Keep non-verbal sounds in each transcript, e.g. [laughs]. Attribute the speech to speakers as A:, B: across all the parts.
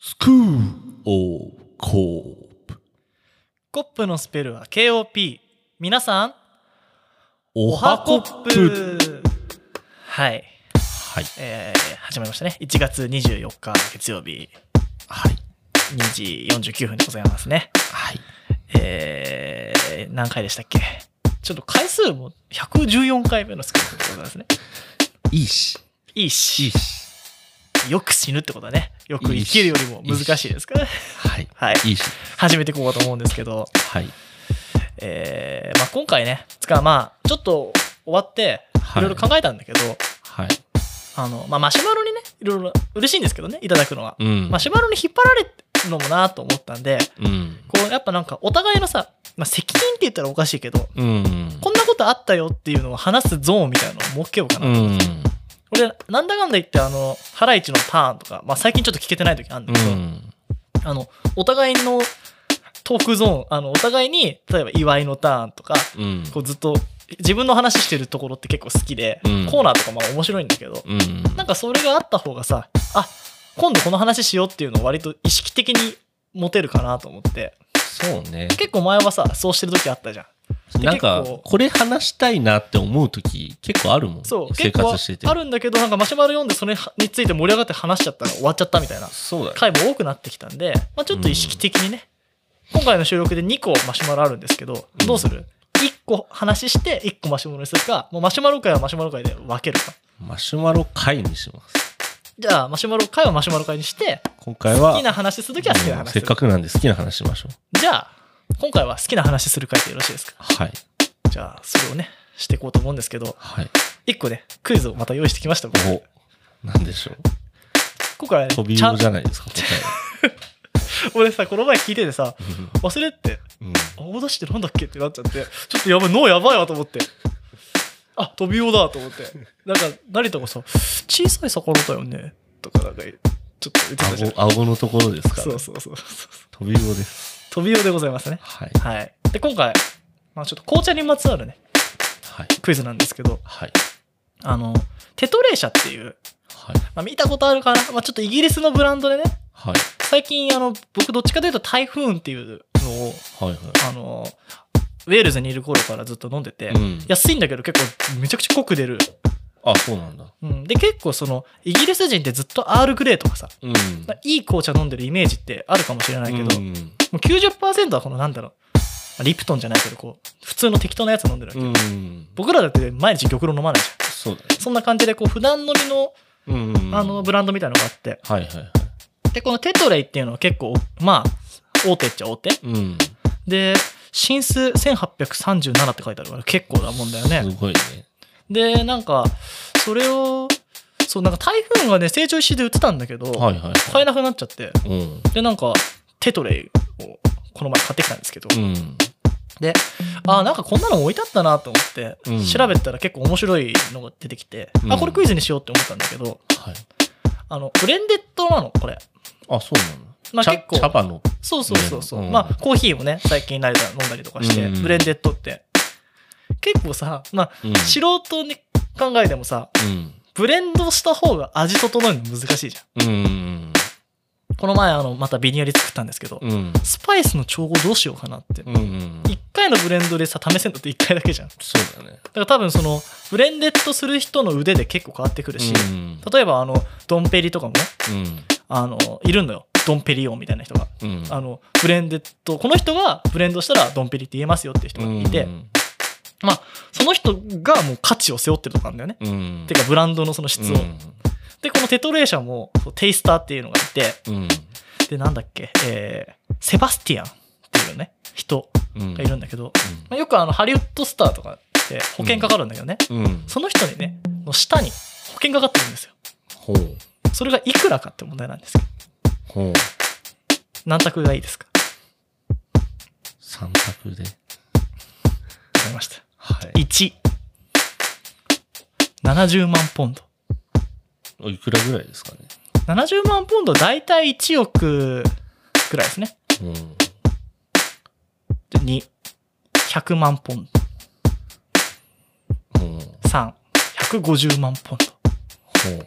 A: スクーオーコープ
B: コップのスペルは KOP 皆さん
A: お
B: お
A: は
B: は
A: コ
B: コ
A: ップ
B: ップはい、
A: はい
B: えー、始まりましたね1月24日月曜日
A: はい
B: 2時49分でございますね
A: はい
B: えー、何回でしたっけちょっと回数も114回目のスクープでございますね
A: いいし
B: いい
A: いい
B: し
A: し
B: よく死ぬってことはねよく生きるよりも難しいですからね
A: はい
B: はい
A: いいし
B: 始めていこうかと思うんですけど
A: はい
B: えーまあ、今回ねつかまあちょっと終わって
A: はい
B: いろいろ考えたんだけど、
A: はい
B: あのまあ、マシュマロにねいろいろ嬉しいんですけどねいただくのは、
A: うん
B: マシュマロに引っ張られるのもなと思ったんで
A: うん
B: こうやっぱなんかお互いのさ、まあ、責任って言ったらおかしいけど
A: うん
B: こんなことあったよっていうのを話すゾーンみたいなのを設けようかな、
A: うん
B: 俺なんだかんだ言ってあのハライチのターンとか、まあ、最近ちょっと聞けてない時あるんだ
A: う
B: けど、
A: ん
B: あのお互いのトークゾーンあのお互いに例えば祝いのターンとか
A: うん
B: こうずっと自分の話してるところって結構好きで、
A: うん
B: コーナーとかまあ面白いんだけど、
A: うん
B: なんかそれがあった方がさあ今度この話しようっていうのを割と意識的に持てるかなと思って
A: そうね
B: 結構前はさそうしてる時あったじゃん
A: なんか
B: 結構
A: これ話したいなって思う時結構あるもん
B: そう
A: 生
B: 結構
A: 活してて
B: あるんだけどなんかマシュマロ読んでそれについて盛り上がって話しちゃったら終わっちゃったみたいな
A: そうだよ
B: 回も多くなってきたんで、まあ、ちょっと意識的にね、今回の収録で2個マシュマロあるんですけど
A: うん
B: どうする、1個話して1個マシュマロにするかもうマシュマロ会はマシュマロ会で分けるか
A: マシュマロ回にします
B: じゃあマシュマロ会はマシュマロ会にして
A: 今回は
B: 好きな話するときは好きな
A: うん
B: 話す
A: せっ
B: る
A: かくなんで好きな話しましょう
B: じゃあ今回は好きな話する回でよろしいですか
A: はい
B: じゃあそれをねしていこうと思うんですけど
A: はい
B: 1個ねクイズをまた用意してきました僕
A: おなんでしょう
B: 今回はね
A: 飛び
B: ちゃ
A: 用
B: ん
A: じゃないですか答
B: 俺さこの前聞いててさ
A: えは
B: 忘れて
A: うん
B: 大出しってなんだっけってなっちゃってちょっとやばい脳やばいわと思ってあ飛び用だと思ってなんか成田がさ小さい魚だよねとかなんかちょっと言ってたじゃん
A: 顎顎のところですから
B: そうそうそうそう
A: 飛び用です
B: 飛び用でございますね
A: はい
B: はいで今回、まあ、ちょっと紅茶にまつわるね
A: はい
B: クイズなんですけど
A: はい
B: あの、テトレー社っていう、
A: はい
B: まあ、見たことあるかな、まあ、ちょっとイギリスのブランドでね、
A: はい
B: 最近、あの、僕どっちかというとタイフーンっていうのを、
A: はいはい
B: あの、ウェールズにいる頃からずっと飲んでて、
A: うん
B: 安いんだけど結構めちゃくちゃ濃く出る。
A: あそうなんだ
B: うん、で、結構その、イギリス人ってずっとアールグレーとかさ、
A: うん
B: まあいい紅茶飲んでるイメージってあるかもしれないけど、
A: う
B: も
A: ん
B: う90%はこのなんだろう、まあリプトンじゃないけど、こう、普通の適当なやつ飲んでるわけ。
A: うん
B: 僕らだって毎日玉露飲まないじゃ
A: そうだ
B: ん。そんな感じで、こう、普段飲みの、
A: ねうん
B: あの、ブランドみたいなのがあって、
A: はいはいはい
B: で、このテトレイっていうのは結構、まあ、大手っちゃ大手。
A: うん
B: で、新数1837って書いてあるから結構なもんだよ
A: す
B: ね。
A: ごいね
B: で、なんか、それを、そう、なんか台風がね、成長石で売ってたんだけど、
A: はいはい
B: 買
A: は
B: えなくなっちゃって。
A: いうん
B: で、なんか、テトレイをこの前買ってきたんですけど、
A: うん
B: で、あーなんかこんなの置いてあったなと思って、
A: うん
B: 調べたら結構面白いのが出てきて、
A: う
B: あ、
A: ん
B: これクイズにしようって思ったんだけど、
A: はい
B: あの、ブレンデッドなの、これ。
A: あそうなの
B: まあ
A: 茶
B: 結構
A: 茶葉の
B: そうそうそうそう、
A: うん
B: まあコーヒーをね最近慣れたら飲んだりとかして、
A: うん
B: ブレンデッドって結構さまあ
A: うん
B: 素人に考えてもさ
A: うん
B: ブレンドした方が味整えるの難しいじゃん
A: うん
B: この前あのまたビニヤリ作ったんですけど、
A: うん
B: スパイスの調合どうしようかなって、
A: うんうん
B: 一1回のブレンドでさ試せんだって1回だけじゃんだ
A: そうだね
B: から多分そのブレンデッドする人の腕で結構変わってくるし、
A: うん
B: 例えばあのドンペリとかもね
A: うん
B: あのいるのよドンペリオンみたいな人が
A: うん
B: あのブレンデッドこの人がブレンドしたらドンペリって言えますよっていう人がいて、まあ、その人がもう価値を背負ってるとかなんだよね。
A: うんうん
B: てか、ブランドのその質を。で、このテトレー社も、そうテイスターっていうのがいて、
A: うん
B: で、なんだっけ、えー、セバスティアンっていうね、人
A: うん
B: がいるんだけど、まあ、よくあの、ハリウッドスターとかって保険かかるんだけどね、
A: うん
B: その人にね、の下に保険かかってるんですよ。
A: ほう
B: それがいくらかって問題なんですけど、
A: ほう
B: 何択がいいですか
A: 三択で
B: わかりました。
A: はい
B: 1、70万ポンド。
A: おいくらぐらいですかね
B: 70万ポンド大体1億くらいですね。
A: うん
B: で2、100万ポン
A: ほう
B: ド。3、150万ポン
A: ほう
B: ド。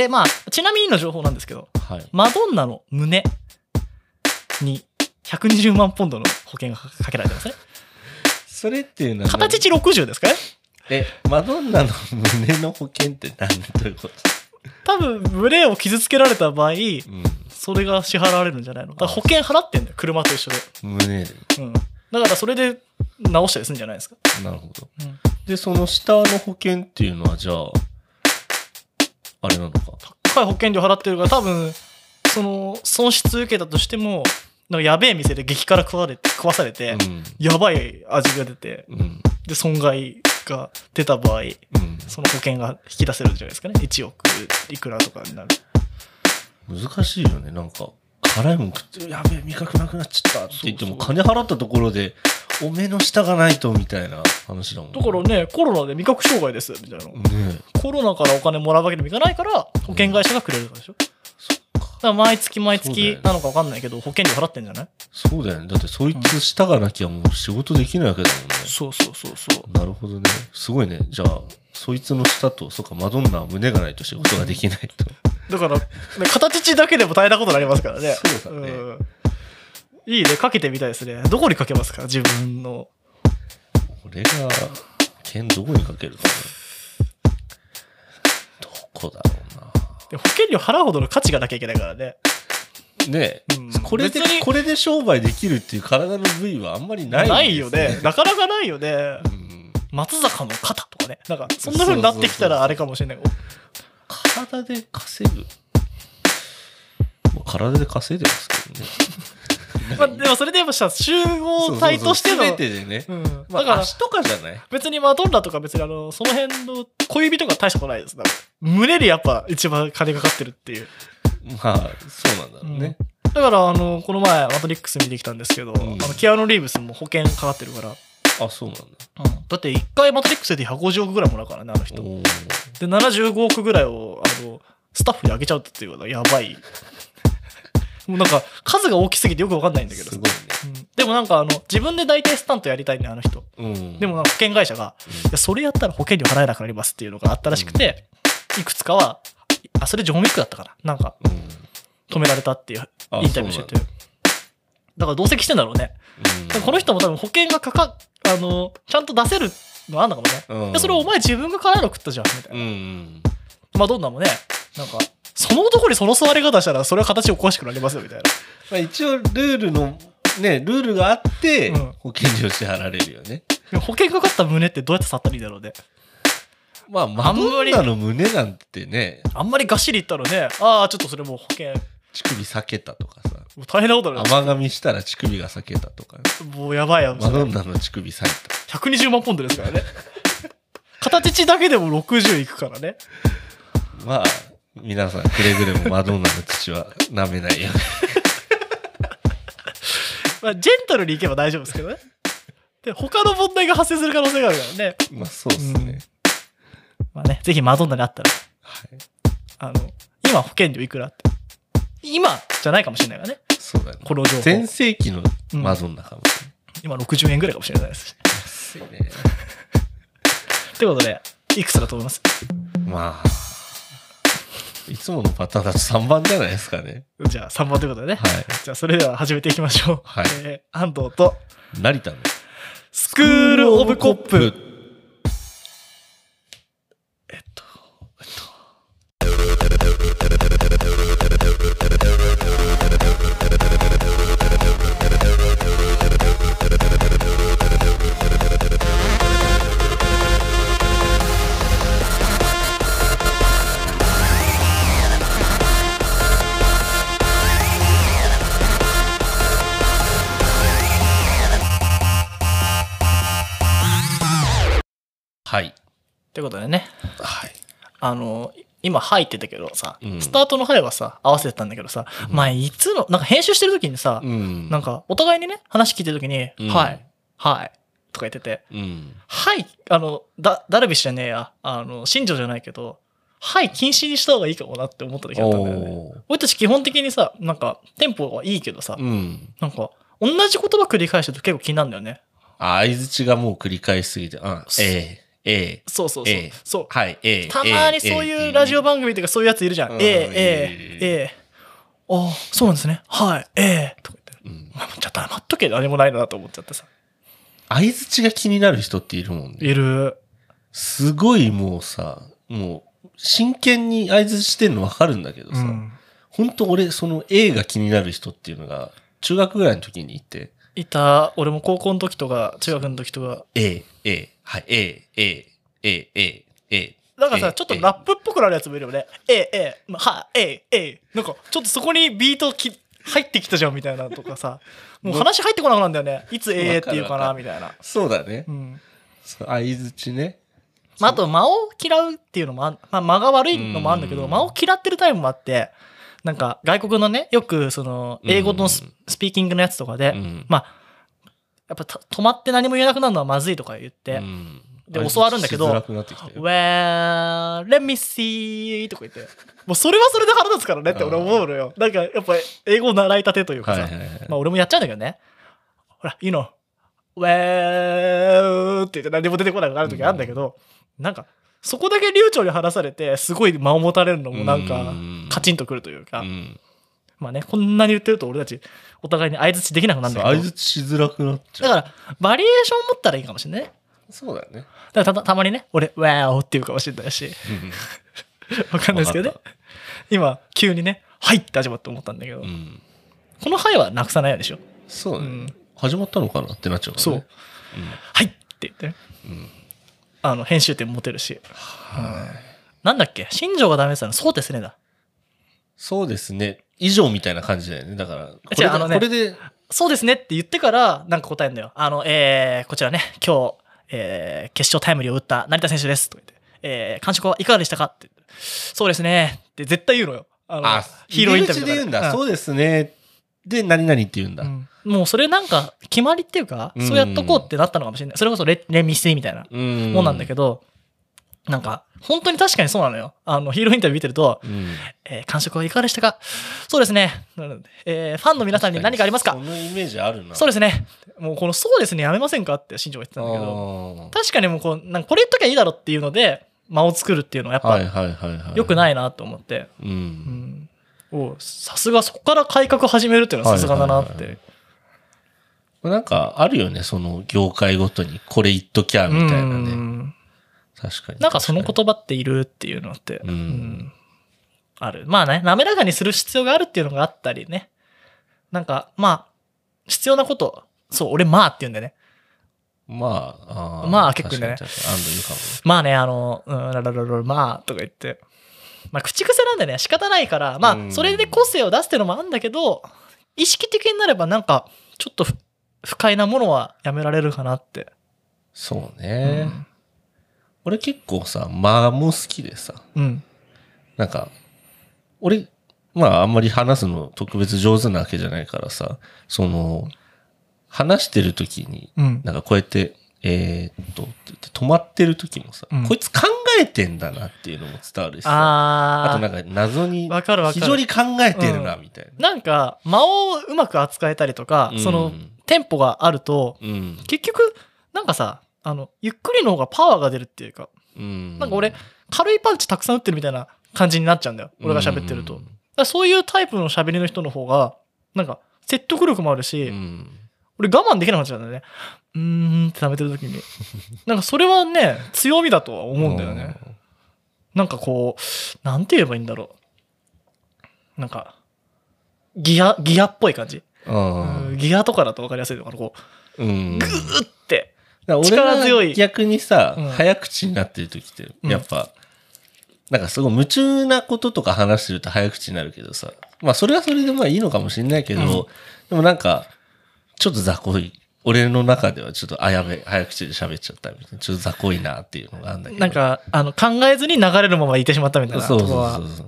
B: で、まあ、ちなみにの情報なんですけど、
A: はい。
B: マドンナの胸に120万ポンドの保険がかかけられてますね。
A: それっていうのは何、
B: 形値60ですかね
A: え、マドンナの胸の保険って何ということ
B: 多分、ブレを傷つけられた場合、
A: うん。
B: それが支払われるんじゃないのだから保険払ってんだよ、車と一緒で。
A: 胸で。
B: うん。だからそれで直したりするんじゃないですか。
A: なるほど。
B: うん。
A: で、その下の保険っていうのは、じゃあ、あれなのか。
B: 高い保険料払ってるから、多分、その、損失受けたとしても、なんかやべえ店で激辛食われ食わされて、
A: うん。
B: やばい味が出て、
A: うん。
B: で、損害が出た場合、その保険が引き出せるんじゃないですかね。1億いくらとかになる。
A: うん。難しいよね。なんか、辛いもん食って、やべえ、味覚なくなっちゃったって言っても、
B: そうそ
A: 金払ったところで、おめえの下がないと、みたいな話だもん。
B: だからね、コロナで味覚障害です、みたいな。
A: ね
B: コロナからお金もらうわけにもいかないから、保険会社がくれるからでしょ。だから毎月毎
A: そうだよ
B: 月
A: ね
B: なのか分かんないけど、保険料払ってんじゃない
A: そうだよね。だって、そいつ下がなきゃもう仕事できないわけだもんね。
B: そうそうそうそう。
A: なるほどね。すごいね。じゃあ、そいつの下と、そうか、マドンナは胸がないと仕事ができないと。
B: だから、ね形地だけでも大変なことになりますからね。
A: そうだね
B: んいいね、かけてみたいですね。どこにかけますか自分の。
A: 俺が、剣どこにかけるかなどこだろ
B: で保険料払うほどの価値がなきゃいけないからね。
A: うな。ねえ、
B: うん
A: これで
B: 別に、
A: これで商売できるっていう体の部位はあんまりない、
B: ないよね。。なかなかないよね。
A: うん。
B: 松坂の肩とかね。なんか、そんな風になってきたらあれかもしれないけど。
A: 体で稼ぐ。まあ体で稼いでますけ
B: ま
A: ど
B: あ、
A: ね。
B: でもそれでやっぱさ、集合体としての。
A: そうそうそう全てでね。
B: うん。
A: ま
B: だか
A: あ、
B: ら、
A: 足とかじゃない
B: 別にマドンナとか別にあの、その辺の小指とか大したことないです。多分胸にやっぱ一番金かかってるっていう。
A: まあ、そうなんだろうね。
B: だからあのこの前「マトリックス」見てきたんですけど、
A: ん
B: あのキアヌ・リーブスも保険かかってるから、
A: あ、そうなんだ。
B: だって1回「マトリックス」で150億ぐらいもらうからねあの人で
A: おー
B: 75億ぐらいをあのスタッフにあげちゃうっていうのはやばい [laughs] もうなんか数が大きすぎてよくわかんないんだけど
A: すごいね。
B: うんでもなんかあの自分で大体スタントやりたいねあの人
A: うん、
B: でもなんか保険会社が「いやそれやったら保険料払えなくなります」っていうのがあったらしくて、いくつかはあそれジョン・ウィックだったかななんか
A: うん、
B: 止められたっていう
A: あ
B: インタビューしてて。だから同席してんだろうね。
A: うん
B: だからこの人も多分保険がかか、あの、ちゃんと出せるのあんだかもね。
A: うん
B: でそれお前自分が辛いの食ったじゃん、みた
A: う
B: いな。
A: ん
B: マドンナもね、なんか、その男にその座り方したらそれは形おかしくなりますよ、みたいな。
A: まあ、一応ルールのねルールがあって
B: うん
A: 保険料支払われるよね、
B: でも保険かかった胸ってどうやって去ったらいいだろうね。
A: まあマドンナの胸なんてね
B: あんまりがっしりいったらね、ああ、ちょっとそれもう保険、
A: 乳首裂けたとかさ
B: もう大変なことになる。
A: 甘噛みしたら乳首が裂けたとか
B: もうやばいやば
A: マ
B: い。
A: ドンナの乳首裂い
B: 120万ポンドですからね。形地だけでも60いくからね。
A: たまあ皆さんくれぐれもマドンナの父は舐めないよ
B: まあ、ジェントルに行けば大丈夫ですけど
A: [laughs]
B: ね。で、他の問題が発生する可能性があるからね。
A: う
B: [laughs]
A: にまあそうっすね、
B: うんまあね、ぜひマドンナにあったら、
A: はい
B: あの、今保険料いくらって。今じゃないかもしれないからね。
A: そうだね
B: この情報。
A: 全盛期のマドンナかも、
B: 今60円ぐらいかもしれないですし。
A: 安いね
B: ってことで、いくつだと思います
A: まあいつものパターンだと3番じゃないですかね
B: じゃあ3番ということでね。
A: はい
B: じゃあそれでは始めていきましょう。
A: はい
B: えー、安藤と、
A: 成田の
B: スクールオブコップ。
A: はい。
B: ということでね、
A: はい。
B: あの、今、はいって言ったけどさ、
A: うん
B: スタートのはいはさ、合わせてたんだけどさ、前いつの、なんか編集してる時にさ、
A: うん。
B: なんか、お互いにね、話聞いてるときに、
A: うん
B: はい、はい、とか言ってて、
A: うん。
B: はい、あの、だ、ダルビッシュじゃねえや、あの、新庄じゃないけど、はい、禁止にした方がいいかもなって思った時だったんだよね。
A: おー
B: 俺たち基本的にさ、なんか、テンポはいいけどさ、
A: うん。
B: なんか、同じ言葉繰り返してると結構気になるんだよね。
A: あ、相づちがもう繰り返しすぎて、あ、ええ、え
B: そうそうそう。
A: ええ
B: そう。
A: はい、ええ
B: たまにそういうラジオ番組とかそういうやついるじゃん。
A: う
B: え
A: ん
B: えええ
A: ええ
B: ええああ、そうなんですね。はい、ええとか言って。
A: うん
B: お前もうちょっと黙っとけ、何もないなと思っちゃってさ。
A: 相づちが気になる人っているもんね。
B: いる。
A: すごいもうさ、もう、真剣に相づちしてんのわかるんだけど
B: う
A: さ、
B: ん。
A: ほんと俺、その A が気になる人っていうのが、中学ぐらいの時にいて、
B: いた、俺も高校の時とか、中学の時とか。
A: A、A、はい、A、A、A、A、A。
B: なんかさ、
A: ええ
B: ちょっとラップっぽくなるやつもいるよね。ええええまあはい、ええええなんか、ちょっとそこにビートき入ってきたじゃんみたいなと
A: [laughs]
B: かさ。もう話入ってこなくなるんだよね。いつええって言う
A: わか
B: か
A: るわ
B: な
A: かる
B: みたいな。
A: そうだね
B: う。ん。
A: そう相づちね。
B: まあ、あと間を嫌うっていうのもあん、まあ、間が悪いのもあるんだけど、
A: うん
B: 間を嫌ってるタイムもあって、なんか外国のね、よくその英語のス,、
A: うん
B: ピーキングのやつとかで、
A: うん
B: まあ、やっぱた止まって何も言えなくなるのはまずいとか言って、
A: うん
B: で教わるんだけど
A: 相づちしづらくなってきたよ
B: Well, let me see とか言って、もうそれはそれで腹立つからねって俺思うのよ。なんかやっぱ英語習いたてというか
A: はい
B: さ、
A: はいはい。
B: まあ俺もやっちゃうんだけどね。ほら、you know, well って言って何も出てこなくなる時あるんだけど、なんか、そこだけ流暢に話されて、すごい間を持たれるのもなんか、カチ
A: ン
B: ンとくるというか、
A: うん。
B: まあね、こんなに言ってると俺たち、お互いに相づちできなくなるん
A: そう
B: だ
A: 相
B: けど
A: づ、ちしづらくなっちゃ
B: だ
A: う。
B: から、バリエーション持ったらいいかもしれないね。
A: そうだよね。
B: だからたたまにね、俺、wow って言うかもしれないし、わかんないですけどね
A: わ。
B: 今、急にね、はいって始まって思ったんだけど、
A: うん。
B: このはいはなくさないようにしよう。
A: そうだ
B: う
A: ね
B: ん。
A: 始まったのかなってなっちゃうからね。
B: そうはいって言ってね、
A: うん。うん。
B: あの、編集点持てるし。
A: はい。
B: なんだっけ新庄がダメだったのそうですねだ。
A: そうですね。以上みたいな感じだよね。だから、これ
B: 違う
A: で、
B: あのね
A: これで、
B: そうですねって言ってから、なんか答えるのよ。あの、えー、こちらね、今日、えー、決勝タイムリーを打った成田選手です。とか言って、えー、感触はいかがでしたかって。そうですね。って絶対言うのよ。あの
A: あ、
B: ヒーローインタビュ
A: 入り口
B: ー
A: で言うんだ。
B: とか
A: そうですね。で、何々って言うんだ
B: う。んもうそれなんか決まりっていうか、
A: うん
B: そうやっとこうってなったのかもしれない。それこそレレミスみたいな
A: うん
B: もんなんだけ
A: ど。
B: ど、なんか、本当に確かにそうなのよ。あの、ヒーローインタビュー見てると、
A: うん
B: えー、感触はいかがでしたかそうですね。うんえー、ファンの皆さんに何かありますか
A: そのイメージあるな。
B: そう
A: れ
B: ですね。もうこのそうですね、やめませんかって新庄が言ってたんだけ
A: ど。
B: ど、確かにもうこう、なんかこれ言っときゃいいだろっていうので、間を作るっていうのはやっ
A: は
B: ぱ
A: いはいはいはい。
B: 良く
A: い。
B: ないなと思って、
A: う。
B: うんんおうさすが、そこから改革始めるっていうのはさすがだなって。
A: はいはいはいなんか、あるよね。その、業界ごとに、これ言っときゃ、みたいな
B: う
A: ね。
B: ん
A: 確かに。
B: なんかその
A: 確
B: 言葉っているっていうのって、
A: うん
B: うんある。まあね、滑らかにする必要があるっていうのがあったりね。なんか、まあ、必要なこと、そう、俺、まあって言うんだよね。
A: かに。まあ、ー
B: まあ結構ね
A: 確かに確かに安藤言うかも。
B: まあね、あの、うん、ララララまあ、とか言って。まあ、口癖なんでね、仕方ないから、ま
A: うん
B: あ、それで個性を出すっていうのもあるんだけど、意識的になれば、なんか、ちょっとふ不快なものはやめられるかなって。
A: そうね。俺結構さ、間も好きでさ、
B: うん。うん
A: なんか、俺、まああんまり話すの特別上手なわけじゃないからさ、その、話してる時に、
B: うん。
A: なんかこうやって、えーっと、って言って止まってる時もさ、
B: うん
A: こいつ考えてんだなっていうのも伝わるしさ、あ
B: あ
A: と
B: ー
A: なんか謎に、
B: わかるわか
A: 非
B: る
A: 常に考えてるな、
B: う
A: みたいな。
B: なんか、間をうまく扱えたりとか、
A: うん
B: その、テンポがあると、
A: うん。
B: 結局、なんかさ、あの、ゆっくりの方がパワーが出るっていうか、
A: うん。
B: なんか俺、軽いパンチたくさん打ってるみたいな感じになっちゃうんだよ。俺が喋ってると。だからそういうタイプの喋りの人の方が、なんか、説得力もあるし、
A: うん。うん
B: 俺我慢できなくなっちゃうんだよね。うーんって食べてる時
A: [laughs]
B: に。なんかそれはね、強みだとは思うんだよね。。なんかこう、なんて言えばいいんだろう。なんか、ギア、ギアっぽい感じ。
A: うん。
B: ギアとかだと分かりやすいのかな、こ
A: うん。
B: う、グーって。
A: だから俺
B: 力強い
A: が逆にさ、
B: うん
A: 早口になってる時って、
B: うん
A: やっぱ、なんかすごい夢中なこととか話してると早口になるけどさ、まあそれはそれでまあいいのかもしれないけど、
B: うん
A: でもなんか、ちょっと雑魚い。俺の中ではちょっと、あ、やべ、早口で喋っちゃったみたいな、ちょっと雑魚いなっていうのがあるんだけど。
B: なん、か、あの、考えずに流れるままいてしまったみたいな
A: そ
B: と
A: うそう
B: ころ
A: そ
B: は
A: う。そう。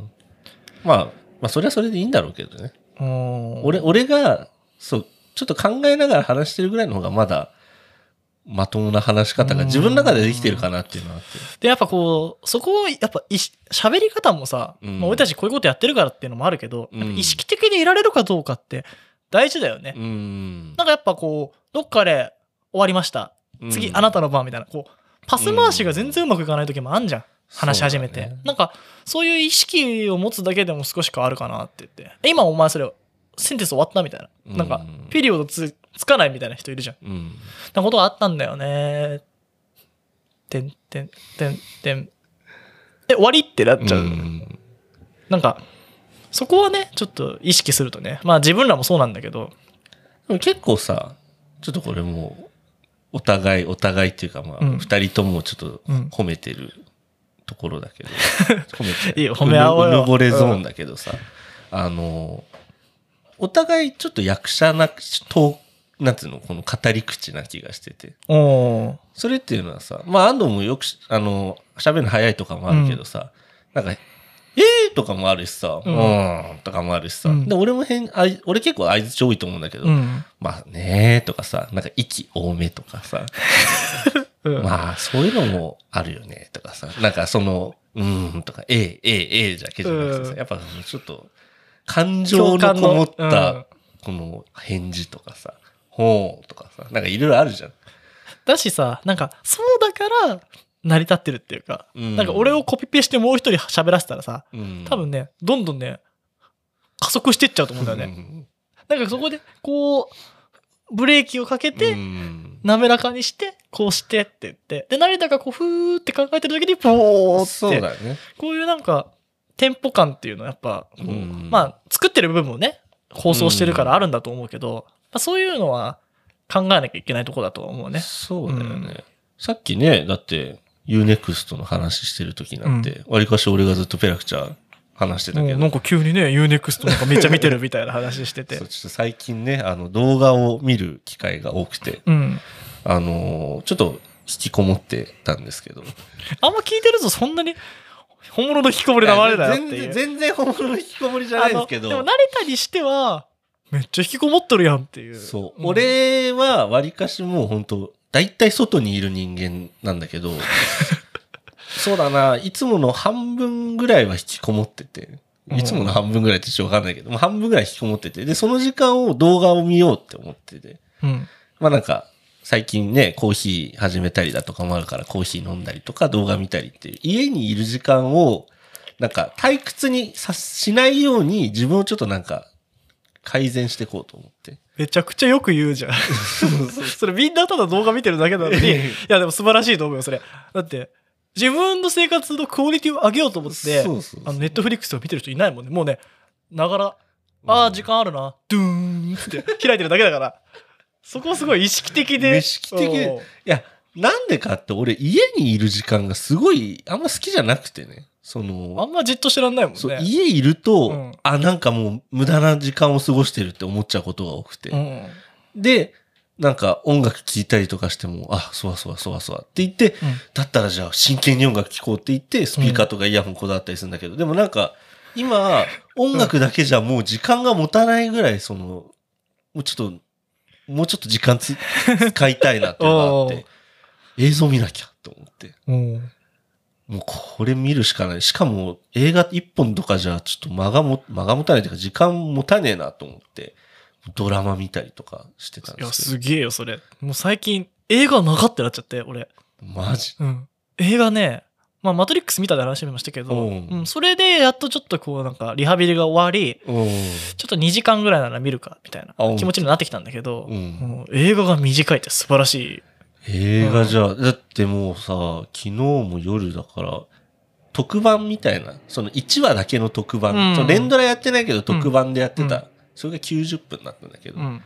A: まあ、まあそれはそれでいいんだろうけどね。
B: うん
A: 俺、俺が、そう、ちょっと考えながら話してるぐらいの方がまだ、まともな話し方が自分の中でできてるかなっていうのはあって。
B: で、やっぱこう、そこを、やっぱいし、喋り方もさ、
A: うん
B: まあ俺たちこういうことやってるからっていうのもあるけど、
A: うん
B: やっぱ意識的にいられるかどうかって大事だよね。
A: うん
B: なんかやっぱこう、どっかで終わりました。次、あな
A: た。
B: たの番みたいな、こう、パス回しが全然うまくいかない時もあんじゃん。話し始め
A: そう
B: て、
A: だね
B: なんかそういう意識を持つだけでも少し変わるかなって言ってえ今お前それセンテンス終わったみたいななんか
A: うん
B: ピリオドつつかないみたいな人いるじゃん
A: うん。
B: なことがあったんだよねてんてんてんてんえ終わりってなっちゃう、
A: うん
B: なんかそこはねちょっと意識するとねまあ自分らもそうなんだけど
A: でも結構さ、ちょっとこれもう、お互い、お互いっていうか、まあ、
B: うん
A: 二人ともちょっと
B: うん
A: 褒めてるところだ
B: [laughs]
A: けど、褒めてる
B: いいよ褒め合おうよ
A: うぬぼれゾーンだけどさ、あの、お互いちょっと役者な、と、なんつうの、この語り口な気がしてて。
B: おお
A: それっていうのはさ、まあ安藤もよくし、あの、喋るの早いとかもあるけどさ、なんか、えーとかもあるしさ、う
B: うん
A: ーんとかもあるしさ、
B: うん
A: で、俺も変、あい俺結構相槌多いと思うんだけど、
B: うん、
A: まあねーとかさ、なんか息多めとか
B: [laughs]
A: さ、
B: うん
A: まあそういうのもあるよねとかさ、なんかその、うーんとか、えー、えー、えーじゃけじゃなくてさ、
B: うん
A: やっぱちょっと、感情のこもっ
B: 共感のうん
A: た、この返事とかさ、ほーとかさ、なんかいろいろあるじゃん。
B: だしさなんかそうだから成り立ってるっていうか、
A: うん
B: なんか俺をコピペしてもう一人喋らせたらさ
A: うん
B: 多分ねどんどんね加速してっちゃうと思うんだよね、
A: ね。
B: なんかそこでこうブレーキをかけて、
A: うん
B: 滑らかにしてこうしてって言ってで成田がこうふーって考えてる時にポーっ
A: そう
B: て
A: だよね。
B: こういうなんかテンポ感っていうのはやっぱこう、
A: うん
B: まあ作ってる部分もね放送してるからあるんだと思うけど、まあ、そういうのは考えなきゃいけないとこだとは思うね。
A: そうだよね。
B: うん
A: さっきね、だって、UNEXT の話してる時なんて、わりかし俺がずっとペラクチャー話してたけ
B: う
A: ど、
B: んなんか急にね UNEXT なんかめっちゃ見てるみたいな話してて
A: そうちょっと最近ね、あの、動画を見る機会が多くて、
B: うん
A: あのーちょっと引きこもってたんですけど。
B: あんま聞いてるとそんなに本物の引きこもりのあれだよってい
A: 全然、
B: う
A: 全然本物の引きこもりじゃないですけ
B: あの
A: ど
B: でも。成田にしてはめっちゃ引きこもっとるやんっていう
A: そう。
B: ん
A: 俺はわりかしもう本当だいたい外にいる人間なんだけ
B: [laughs]
A: ど、そうだな、いつもの半分ぐらいは引きこもってて、いつもの半分ぐらいってちょっとわかんないけど、もう半分ぐらい引きこもってて、で、その時間を動画を見ようって思ってて、
B: うん
A: まあなんか、最近ね、コーヒー始めたりだとかもあるから、コーヒー飲んだりとか動画見たりっていう、家にいる時間を、なんか退屈にさしないように自分をちょっとなんか改善していこうと思って。
B: めちゃくちゃよく言うじゃん [laughs] それみんなただ動画見てるだけなのにいやでも素晴らしいと思うよそれだって自分の生活のクオリティを上げようと思って
A: そうそうそう
B: あのネットフリックスとか見てる人いないもんねもうねながらああ時間あるなドゥーンって開いてるだけだからそこをすごい意識的で
A: 意識的で
B: おう
A: いや、なんでかって俺家にいる時間がすごいあんま好きじゃなくてね。そ
B: あ
A: の、
B: んまじっとしてらんないもんね
A: そう家いると、
B: うん
A: あ、なんかもう無駄な時間を過ごしてるって思っちゃうことが多くて。
B: うん
A: で、なんか音楽聴いたりとかしても、あ、そわそわそわそわって言って、だったらじゃあ真剣に音楽聴こうって言って、スピーカーとかイヤホンこだわったりするんだけど、でもなんか、今、音楽だけじゃもう時間が持たないぐらい、その、もうちょっと、もうちょっと時間つ使いたいなっていうのがあっ
B: おう
A: て、映像見なきゃと思って。
B: うんうん
A: もうこれ見るしかない。しかも映画一本とかじゃちょっと間がも、間が持たないというか時間持たねえなと思って、ドラマ見たりとかしてたん
B: いや、
A: です
B: す
A: け
B: げえよ、それ。もう最近、映画なかってなっちゃって、俺。
A: ど。マジ
B: うん。映画ね、まあ、マトリックス見たって話しましたけ
A: う
B: ど、うんん、それで、やっとちょっとこう、なんか、リハビリが終わり、
A: うん。
B: ちょっと2時間ぐらいなら見るか、みたいな
A: あうん
B: 気持ちになってきたんだけど、
A: うん
B: もう映画が短いって素晴らし
A: 映画じゃ、だってもうさ、昨日も夜だから、特番みたいな、その1話だけの特番、
B: うん
A: その連ドラやってないけど特番でやってた、
B: うん
A: それが90分だったんだけ
B: い。
A: ど、
B: うん。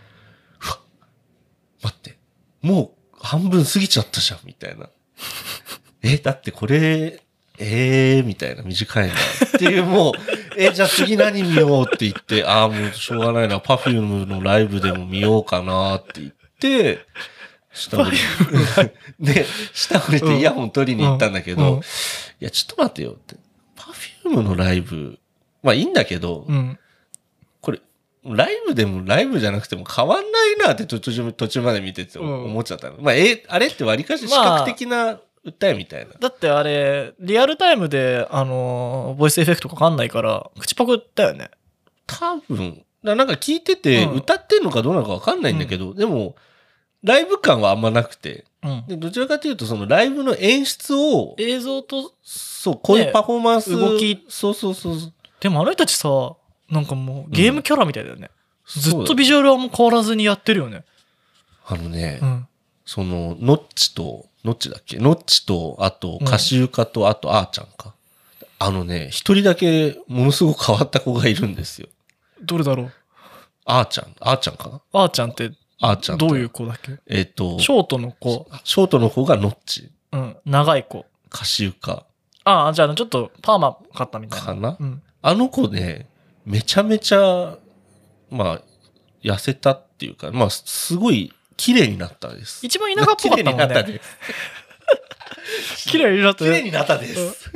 A: 待って、もう半分過ぎちゃったじゃん、みたいな。 [laughs] え、だってこれ、えー、みたいな、短いな。っていう、もう、え、じゃあ次何見ようって言って、ああ、もうしょうがないな、パフュームのライブでも見ようかなって言って、下降り、 [laughs] で、下降りてイヤホン取りに行ったんだけど、
B: うんうん
A: いや、ちょっと待てよって。パフュームのライブ、まあいいんだけど、
B: うん。
A: これ、ライブでもライブじゃなくても変わんないなって途中途中まで見てて
B: うん
A: 思っちゃったの。まあ、え、あれって割かし視覚的な訴えみたいな。
B: だってあれ、リアルタイムで、あのーボイスエフェクトかかんないから、口パクだよね。
A: 多分、だなんか聞いてて
B: うん
A: 歌ってんのかどうなのかわかんないんだけど、でも、ライブ感はあんまなくて、
B: うん、
A: でどちらかというと、そのライブの演出を、
B: 映像と
A: そう、こういうパフォーマンス、
B: 動き
A: そうそうそうそう。
B: でもあの人たちさなんかもうゲームキャラみたいだよね、ず
A: そ
B: っ
A: うだ
B: とビジュアルはもう変わらずにやってるよね
A: あのね、
B: うん
A: その、ノッチと、ノッチだっけノッチと、あと、
B: うん
A: カシウカと、あと、あーちゃんか。あのね、一人だけ、ものすごく変わった子がいるんですよ。
B: どれだろう
A: あーちゃん、あーちゃんかな
B: あーちゃんって
A: あーちゃんと
B: どういう子だっけ
A: えっ、と、
B: シ
A: ショ
B: ョートの子、
A: ートの方がノッチ、
B: うん、長い子
A: カシウカ
B: ああじゃあちょっとパーマ買ったみたい
A: か
B: な、
A: な。
B: うん、
A: あの子ね、めちゃめちゃ、まあ、痩せたっていうか、まあ、すごい綺麗になったです。
B: 一番田舎っぽかったもんね
A: です。
B: 綺麗になった
A: 綺麗
B: ね
A: になったで
B: うん
A: す。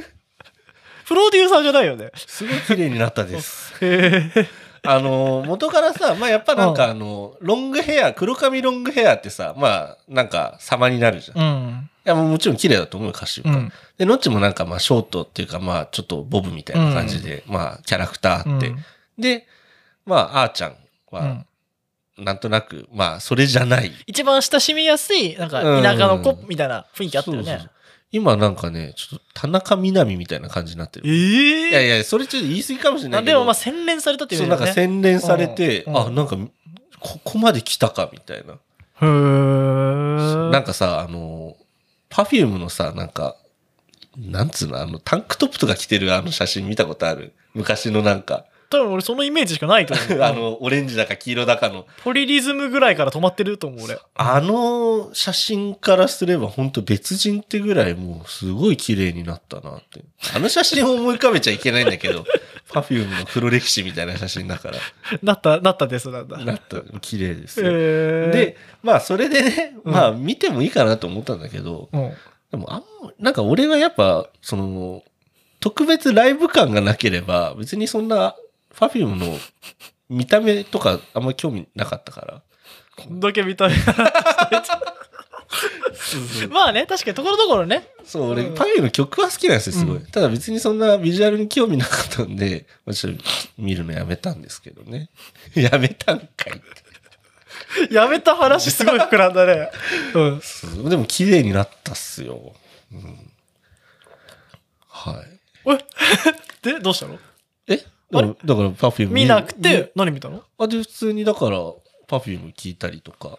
B: プロデューサーじゃないよね
A: すごい綺麗になったです。
B: へえ
A: あのー、元からさ、まあ、やっぱなんかあの、ロングヘア、黒髪ロングヘアってさ、まあ、なんか様になるじゃん。い
B: うん
A: や、もうもちろん綺麗だと思うよ、歌手
B: う
A: が。
B: ん
A: で、ノッチもなんかまあ、ショートっていうかまあ、ちょっとボブみたいな感じで、まあ、キャラクターあって。で、まあ、あーちゃん
B: う
A: は、
B: ん
A: なんとなく、まあ、それじゃない。
B: 一番親しみやすいなんか
A: うん
B: 田舎の子みたいな雰囲気あったよ
A: そうそう
B: ね
A: そう今なんかね、ちょっと田中みな実みたいな感じになってる。いや
B: ええ
A: いや、それちょっと言い過ぎかもしれないけ
B: で
A: ど。
B: もまあ洗練されたっていう
A: そう、
B: よ
A: な
B: り
A: ん
B: は
A: か
B: ね
A: 洗練されて、
B: うんうん
A: あ、なんか、ここまで来たか、みたいな。
B: へ
A: なん
B: え
A: かさ、あの、パフュームのさ、なんか、なんつうの、あの、タンクトップとか着てるあの写真見たことある昔のなんか、
B: 多分俺そのイメージしかないと思う
A: [laughs] あの、オレンジだか黄色だかの、
B: ポリリズムぐらいから止まってると思う俺
A: あの写真からすれば本当別人ってぐらいもうすごい綺麗になったなって。あの写真を思い浮かべちゃいけないんだけど、 [laughs] パフュームの黒歴史みたいな写真だから、
B: なったなったですなんだ
A: なった、綺麗ですよ。
B: ええ
A: で、まあそれでね、
B: うん
A: まあ見てもいいかなと思ったんだけど、
B: うん
A: でもあんま、なんか俺はやっぱ、その、特別ライブ感がなければ、別にそんな、ファフィウムの見た目とかあんま興味なかったから。
B: こんだけ見たいまあね確かにところどころね
A: そう、
B: う
A: 俺、
B: ん
A: パフィウムの曲は好きなんですよ、すご
B: う
A: い。
B: ん
A: ただ別にそんなビジュアルに興味なかったんで、まあちょっと見るのやめたんですけどね。 [laughs] やめたんかいって。
B: やめた話すごい膨らんだねうん
A: そうでも綺麗になったっすよ。うん。はい。
B: でどうしたの
A: えだから、だからパフィウム
B: 見なくて何見たの
A: あ、で、普通にだから、パフューム聞いたりとか。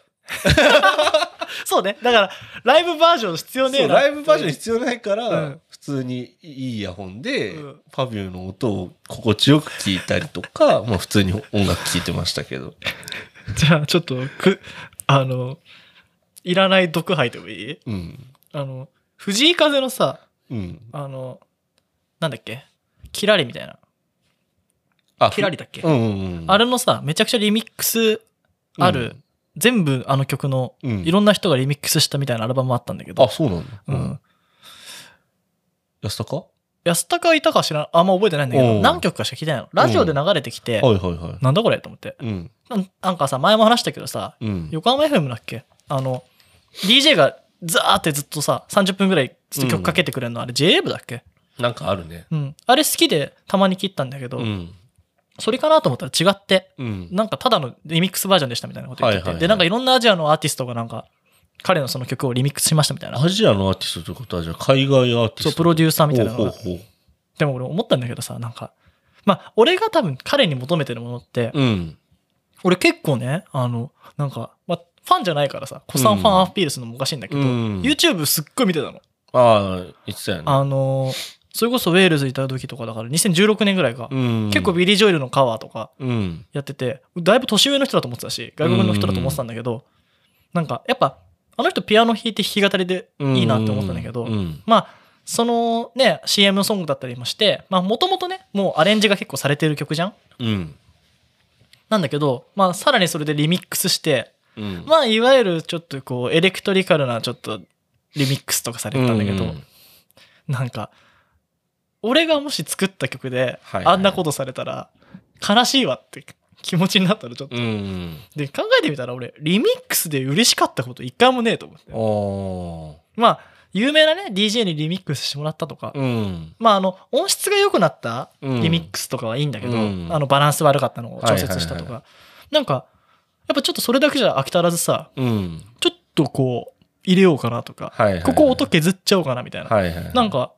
B: そうねだからライブバージョン必要ね
A: そ
B: え
A: う、
B: な
A: ライブバージョン必要ないから、
B: うん
A: 普通にいいイヤホンで、
B: うん
A: パフュームの音を心地よく聞いたりと
B: [laughs]
A: か、まあ普通に音楽聞いてましたけど。
B: じゃあちょっとくあのいらない毒吐いてもいい
A: うん。
B: あの藤井風のさ
A: うん。
B: あのなんだっけキラリみたいな
A: あ
B: キラリだっけ、
A: うんうんうん。
B: あれのさめちゃくちゃリミックスある、全部あの曲の
A: うん、うん
B: いろんな人がリミックスしたみたいなアルバムあったんだけど
A: あ、、そうなんだ。
B: う。ん、
A: 安高は
B: 安高いたか知らんあんま覚えてないんだけ
A: お
B: ど
A: う
B: 何曲かしか聞いてないのラジオで流れてきて
A: い、はいは
B: なんだこれと思って
A: い。うん。
B: なんなんかさ前も話したけどさ
A: うん。
B: 横浜 FM だっけあの DJ がザーってずっとさ30分ぐらいずっと曲かけてくれるの、あれ j a 部だっけ
A: なんかあるね。
B: うんあれ好きでたまに切ったんだけど、
A: うん。
B: それかなと思ったら違って
A: うん。
B: なんかただのリミックスバージョンでしたみたいなこと言ってて、
A: はいはいはい
B: でなんかいろんなアジアのアーティストがなんか彼のその曲をリミックスしましたみたいな
A: アジアのアーティストってことは、じゃあ海外アーティスト
B: そうプロデューサーみたいなの
A: ほう
B: が
A: ほうほ
B: でも俺思ったんだけどさなんかまあ俺が多分彼に求めてるものって、
A: う。うん。
B: 俺結構ねあのなんか、まあ、ファンじゃないからさ子さんファンアピールするのもおかしいんだけど、
A: うん
B: YouTube すっごい見てたの。
A: ああ、言ってたよね。
B: あのそれこそウェールズいた時とかだから2016年ぐらいか、
A: うん。
B: 結構、ビリー・ジョエルのカバーとか
A: うん。
B: やっててだいぶ年上の人だと思ってたし外国の人だと思ってたんだけど、なんかやっぱあの人ピアノ弾いて弾き語りでいいなって思ったんだけど、
A: うん。
B: まあそのね CM ソングだったりもしてもともとねもうアレンジが結構されてる曲じゃん
A: うん。
B: なんだけどまあさらにそれでリミックスして
A: うん
B: まあいわゆるちょっとこうエレクトリカルなちょっとリミックスとかされてたんだけど、
A: うん
B: なんか俺がもし作った曲で
A: はいはい
B: あんなことされたら悲しいわって気持ちになったらちょっと、
A: うん。
B: で考えてみたら俺リミックスで嬉しかったこと一回もねえと思って
A: おー
B: まあ有名なね DJ にリミックスしてもらったとか、
A: うん。
B: まああの音質が良くなった
A: うん
B: リミックスとかはいいんだけど、
A: うん
B: あのバランス悪かったのを調節した
A: はい
B: とか、
A: はいは
B: なんかやっぱちょっとそれだけじゃ飽き足らずさ
A: うん。
B: ちょっとこう入れようかなとか、
A: はいはいはい
B: ここ音削っちゃおうかなみたいな。
A: はいはい。
B: なん、か、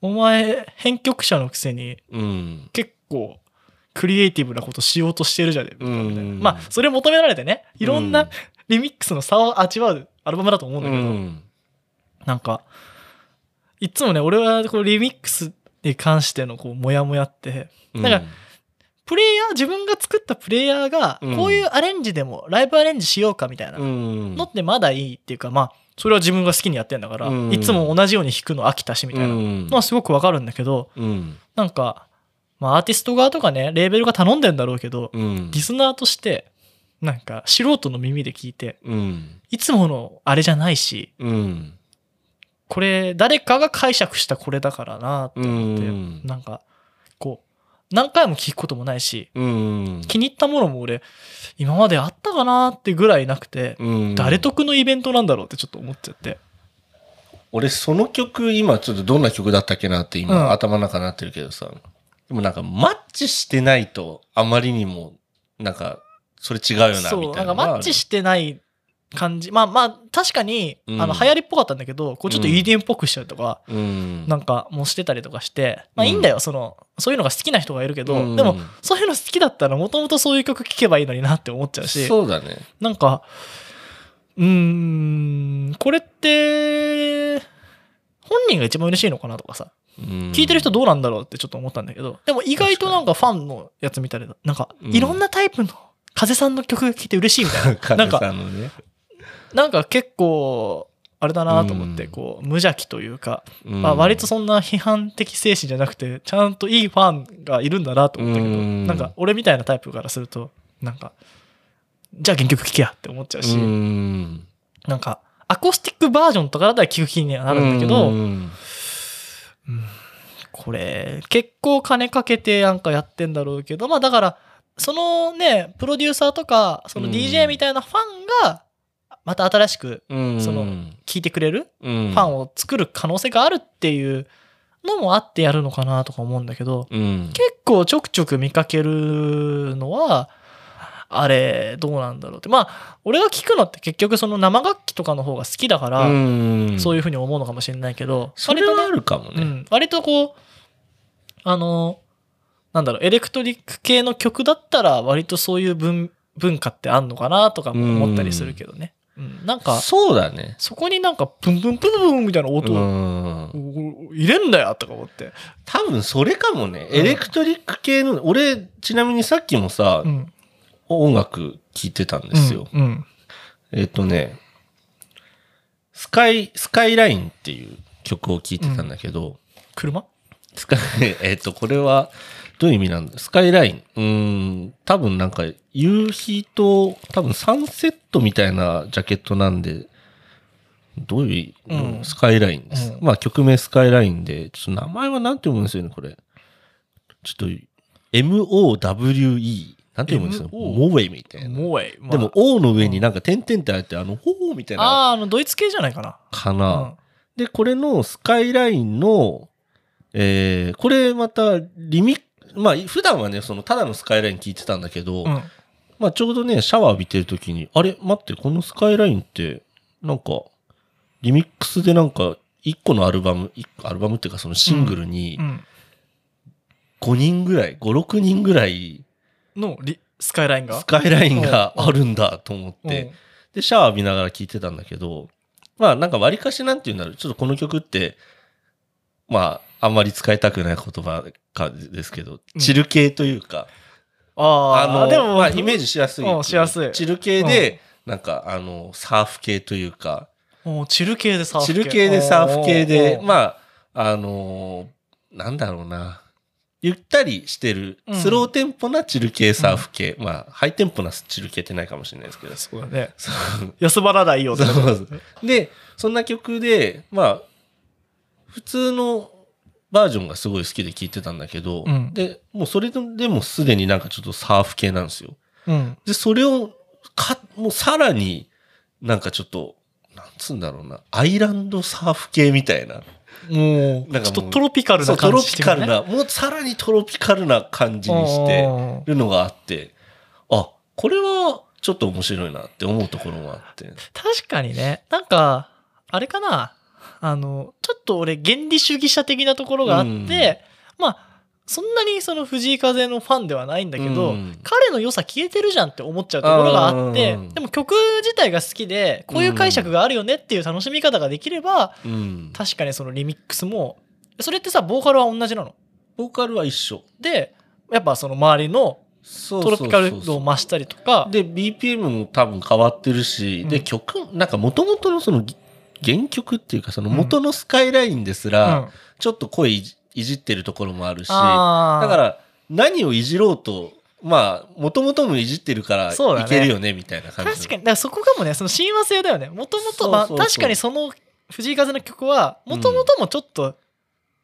B: お前、編曲者のくせに
A: うん。
B: 結構、クリエイティブなことしようとしてるじゃねえかみたいな
A: うん
B: まあ、それ求められてね、いろん
A: う
B: なんリミックスの差を味わうアルバムだと思うん
A: う
B: だけど、
A: ん。
B: なんか、いっつもね、俺はこうリミックスに関してのこう、モヤモヤって、なんかプレイヤー、自分が作ったプレイヤーが、
A: うん
B: こういうアレンジでも、ライブアレンジしようかみたいな
A: うん、
B: のってまだいいっていうか、まあ、それは自分が好きにやってんだから、
A: うん
B: いつも同じように弾くの飽きたしみたいな
A: うん
B: のはすごくわかるんだけど、
A: うん。
B: なんか、まあ、アーティスト側とかね、レーベルが頼んでんだろうけど、
A: うん。
B: リスナーとして、なんか、素人の耳で聞いて、
A: うん。
B: いつものあれじゃないし、
A: うん。
B: これ、誰かが解釈したこれだからなって
A: う
B: 思って、
A: ん。
B: なんか、こう、何回も聞くこともないし、
A: うん。
B: 気に入ったものも俺、今まであったかなってぐらいなくて、
A: うん
B: 誰得のイベントなんだろうってちょっと思っちゃって。
A: 俺その曲今ちょっとどんな曲だったっけなって今、
B: うん
A: 頭の中になってるけどさでもなんかマッチしてないとあまりにもなんかそれ違うよなみたいな
B: そう、なんかマッチしてない感じ。まあまあ、確かに、
A: うん
B: あの、流行りっぽかったんだけど、こうちょっと
A: うん
B: EDM っぽくしたりとか、
A: うん
B: なんかもしてたりとかして、まあ
A: うん
B: いいんだよ、その、そういうのが好きな人がいるけど、
A: うん
B: でも、そういうの好きだったら、もともとそういう曲聴けばいいのになって思っちゃうし、
A: そうだね
B: なんか、うーん、これって、本人が一番嬉しいのかなとかさ、聞
A: 聞
B: いてる人どうなんだろうってちょっと思ったんだけど、でも意外となんかファンのやつ見たりだ、なんか、
A: うん
B: いろんなタイプの、風さんの曲聴いて嬉しいみ
A: [laughs]
B: たい
A: な
B: な。
A: ん
B: なん
A: か
B: か
A: さんのね
B: なんか結構、あれだなと思って、
A: うん
B: こう、無邪気というか、
A: うん
B: まあ、割とそんな批判的精神じゃなくてちゃんといいファンがいるんだなと思ったけど
A: うん
B: なんか俺みたいなタイプからするとなんかじゃあ原曲聴けやって思っちゃうし、
A: うん
B: なんかアコースティックバージョンとかだったら聴く気にはなるんだけど、
A: うん
B: これ結構金かけてなんかやってんだろうけどまあだからそのねプロデューサーとかその
A: うん
B: DJ みたいなファンがまた新しく
A: うん
B: その聴いてくれる
A: フ
B: ファ
A: ァ
B: ンを作る可能性があるっていうのもあってやるのかなとか思うんだけど、
A: うん
B: 結構ちょくちょく見かけるのは、あれ、どうなんだろうって。まあ、俺が聞くのって結局その生楽器とかの方が好きだから、
A: うん
B: そう
A: いう
B: いうふうに思うのかもしれないけど、
A: それはあ
B: 割
A: るかも
B: とね、う
A: ね
B: ん、割とこう、あの、なんだろう、エレクトリック系の曲だったら、割とそういう文文化ってあんのかなとかも思ったりするけどね。うん、なんか、
A: そうだね
B: そこになんか、ブンブンブンブンみたいな音を
A: うん
B: お入れんだよとか思って。
A: 多分それかもね。
B: うん
A: エレクトリック系の、俺、ちなみにさっきもさ、
B: ん。
A: 音楽聴いてたんですよ。
B: うん。
A: えっ、とね、スカイ、スカイラインっていう曲を聴いてたんだけど、
B: 車
A: スカイ、 [laughs] えっ、と、これは、どういう意味なんだスカイライン。うーん、多分なんか、夕日と、多分サンセットみたいなジャケットなんで、どういう、
B: うん
A: スカイラインです。
B: うん
A: まあ、曲名スカイラインで、ちょっと名前はなんて読むんですよね、これ。ちょっと、M-O-W-E。なんて読むんですよ。
B: M-O
A: モウェイみたいな。
B: モエイ。まあ
A: でも、O の上になんか点々ってあって、あの、ほーみたいな、
B: ああ、あの、ドイツ系じゃないかな。
A: かな。
B: うん
A: で、これのスカイラインの、えーこれまたリミック、まあ、普段はね、その、ただのスカイライン聞いてたんだけど、
B: うん。
A: まあ、ちょうどね、シャワー浴びてる時に、あれ、待って、このスカイラインって、なんか、リミックスでなんか、一個のアルバム、一個アルバムっていうか、そのシングルに
B: う、ん。
A: 5人ぐらい、5、6人ぐらい、
B: のリ、スカイラインが。
A: スカイラインが
B: うん
A: あるんだと思って、で、シャワー浴びながら聞いてたんだけど、まあなんか割かしなんて言うんだろう。ちょっとこの曲って、まああんまり使いたくない言葉かですけど、
B: うん
A: チル系というか、
B: ああ、
A: の、
B: でも、
A: まあイメージしやすいってう
B: うんしやすい
A: チル系で、なんかあの、サーフ系というか、
B: うんチル系でサーフ
A: チル系でサーフ系で、
B: あ、
A: まあ、あのーなんだろうな。ゆったりしてる
B: う、ん
A: スローテンポなチル系サーフ系。まあ、ハイテンポなチル系ってないかもしれないですけど。
B: そうだね。
A: そう
B: 安原だいよとか
A: そうそうで、そんな曲で、まあ、普通のバージョンがすごい好きで聴いてたんだけど、
B: うん
A: で、もうそれでもすでになんかちょっとサーフ系なんですよ。
B: うん。
A: で、それを、か、もうさらになんかちょっと、なんつうんだろうな、アイランドサーフ系みたいな。
B: もう、
A: なんかもう
B: ちょっとトロピカル
A: そ
B: な
A: う、ト
B: 感
A: ロ
B: じして
A: ピカ
B: るよ
A: ル
B: ね
A: な、もうさらにトロピカルな感じにして
B: うん
A: るのがあって、あ、これはちょっと面白いなって思うところもあって。
B: 確かにね。なんか、あれかな。あの、ちょっと俺、原理主義者的なところがあって、まあ、そんなにその藤井風のファンではないんだけど、
A: うん
B: 彼の良さ消えてるじゃんって思っちゃうところがあって、
A: うん
B: でも曲自体が好きで、こういう解釈があるよねっていう楽しみ方ができれば、
A: うん。
B: 確かにそのリミックスも、それってさ、ボーカルは同じなの。
A: ボーカルは一緒。
B: で、やっぱその周りの
A: そうそうそう
B: トロ
A: そう
B: ピカル度を増したりとか、
A: で、BPM も多分変わってるし、
B: うん
A: で、曲、なんか元々のそのぎ原曲っていうか、その
B: うん
A: 元のスカイラインです
B: うん
A: ら、ちょっと声いじいじってるところもあるし、だ
B: あー
A: から何をいじろうと、まあ、元々もいじってるからい
B: そうだね
A: けるよね、みたいな感じの。
B: 確かにだからそこかもねその親和性だよねもとも
A: そうそうそう
B: とまあ確かにその藤井風の曲はもともともちょっと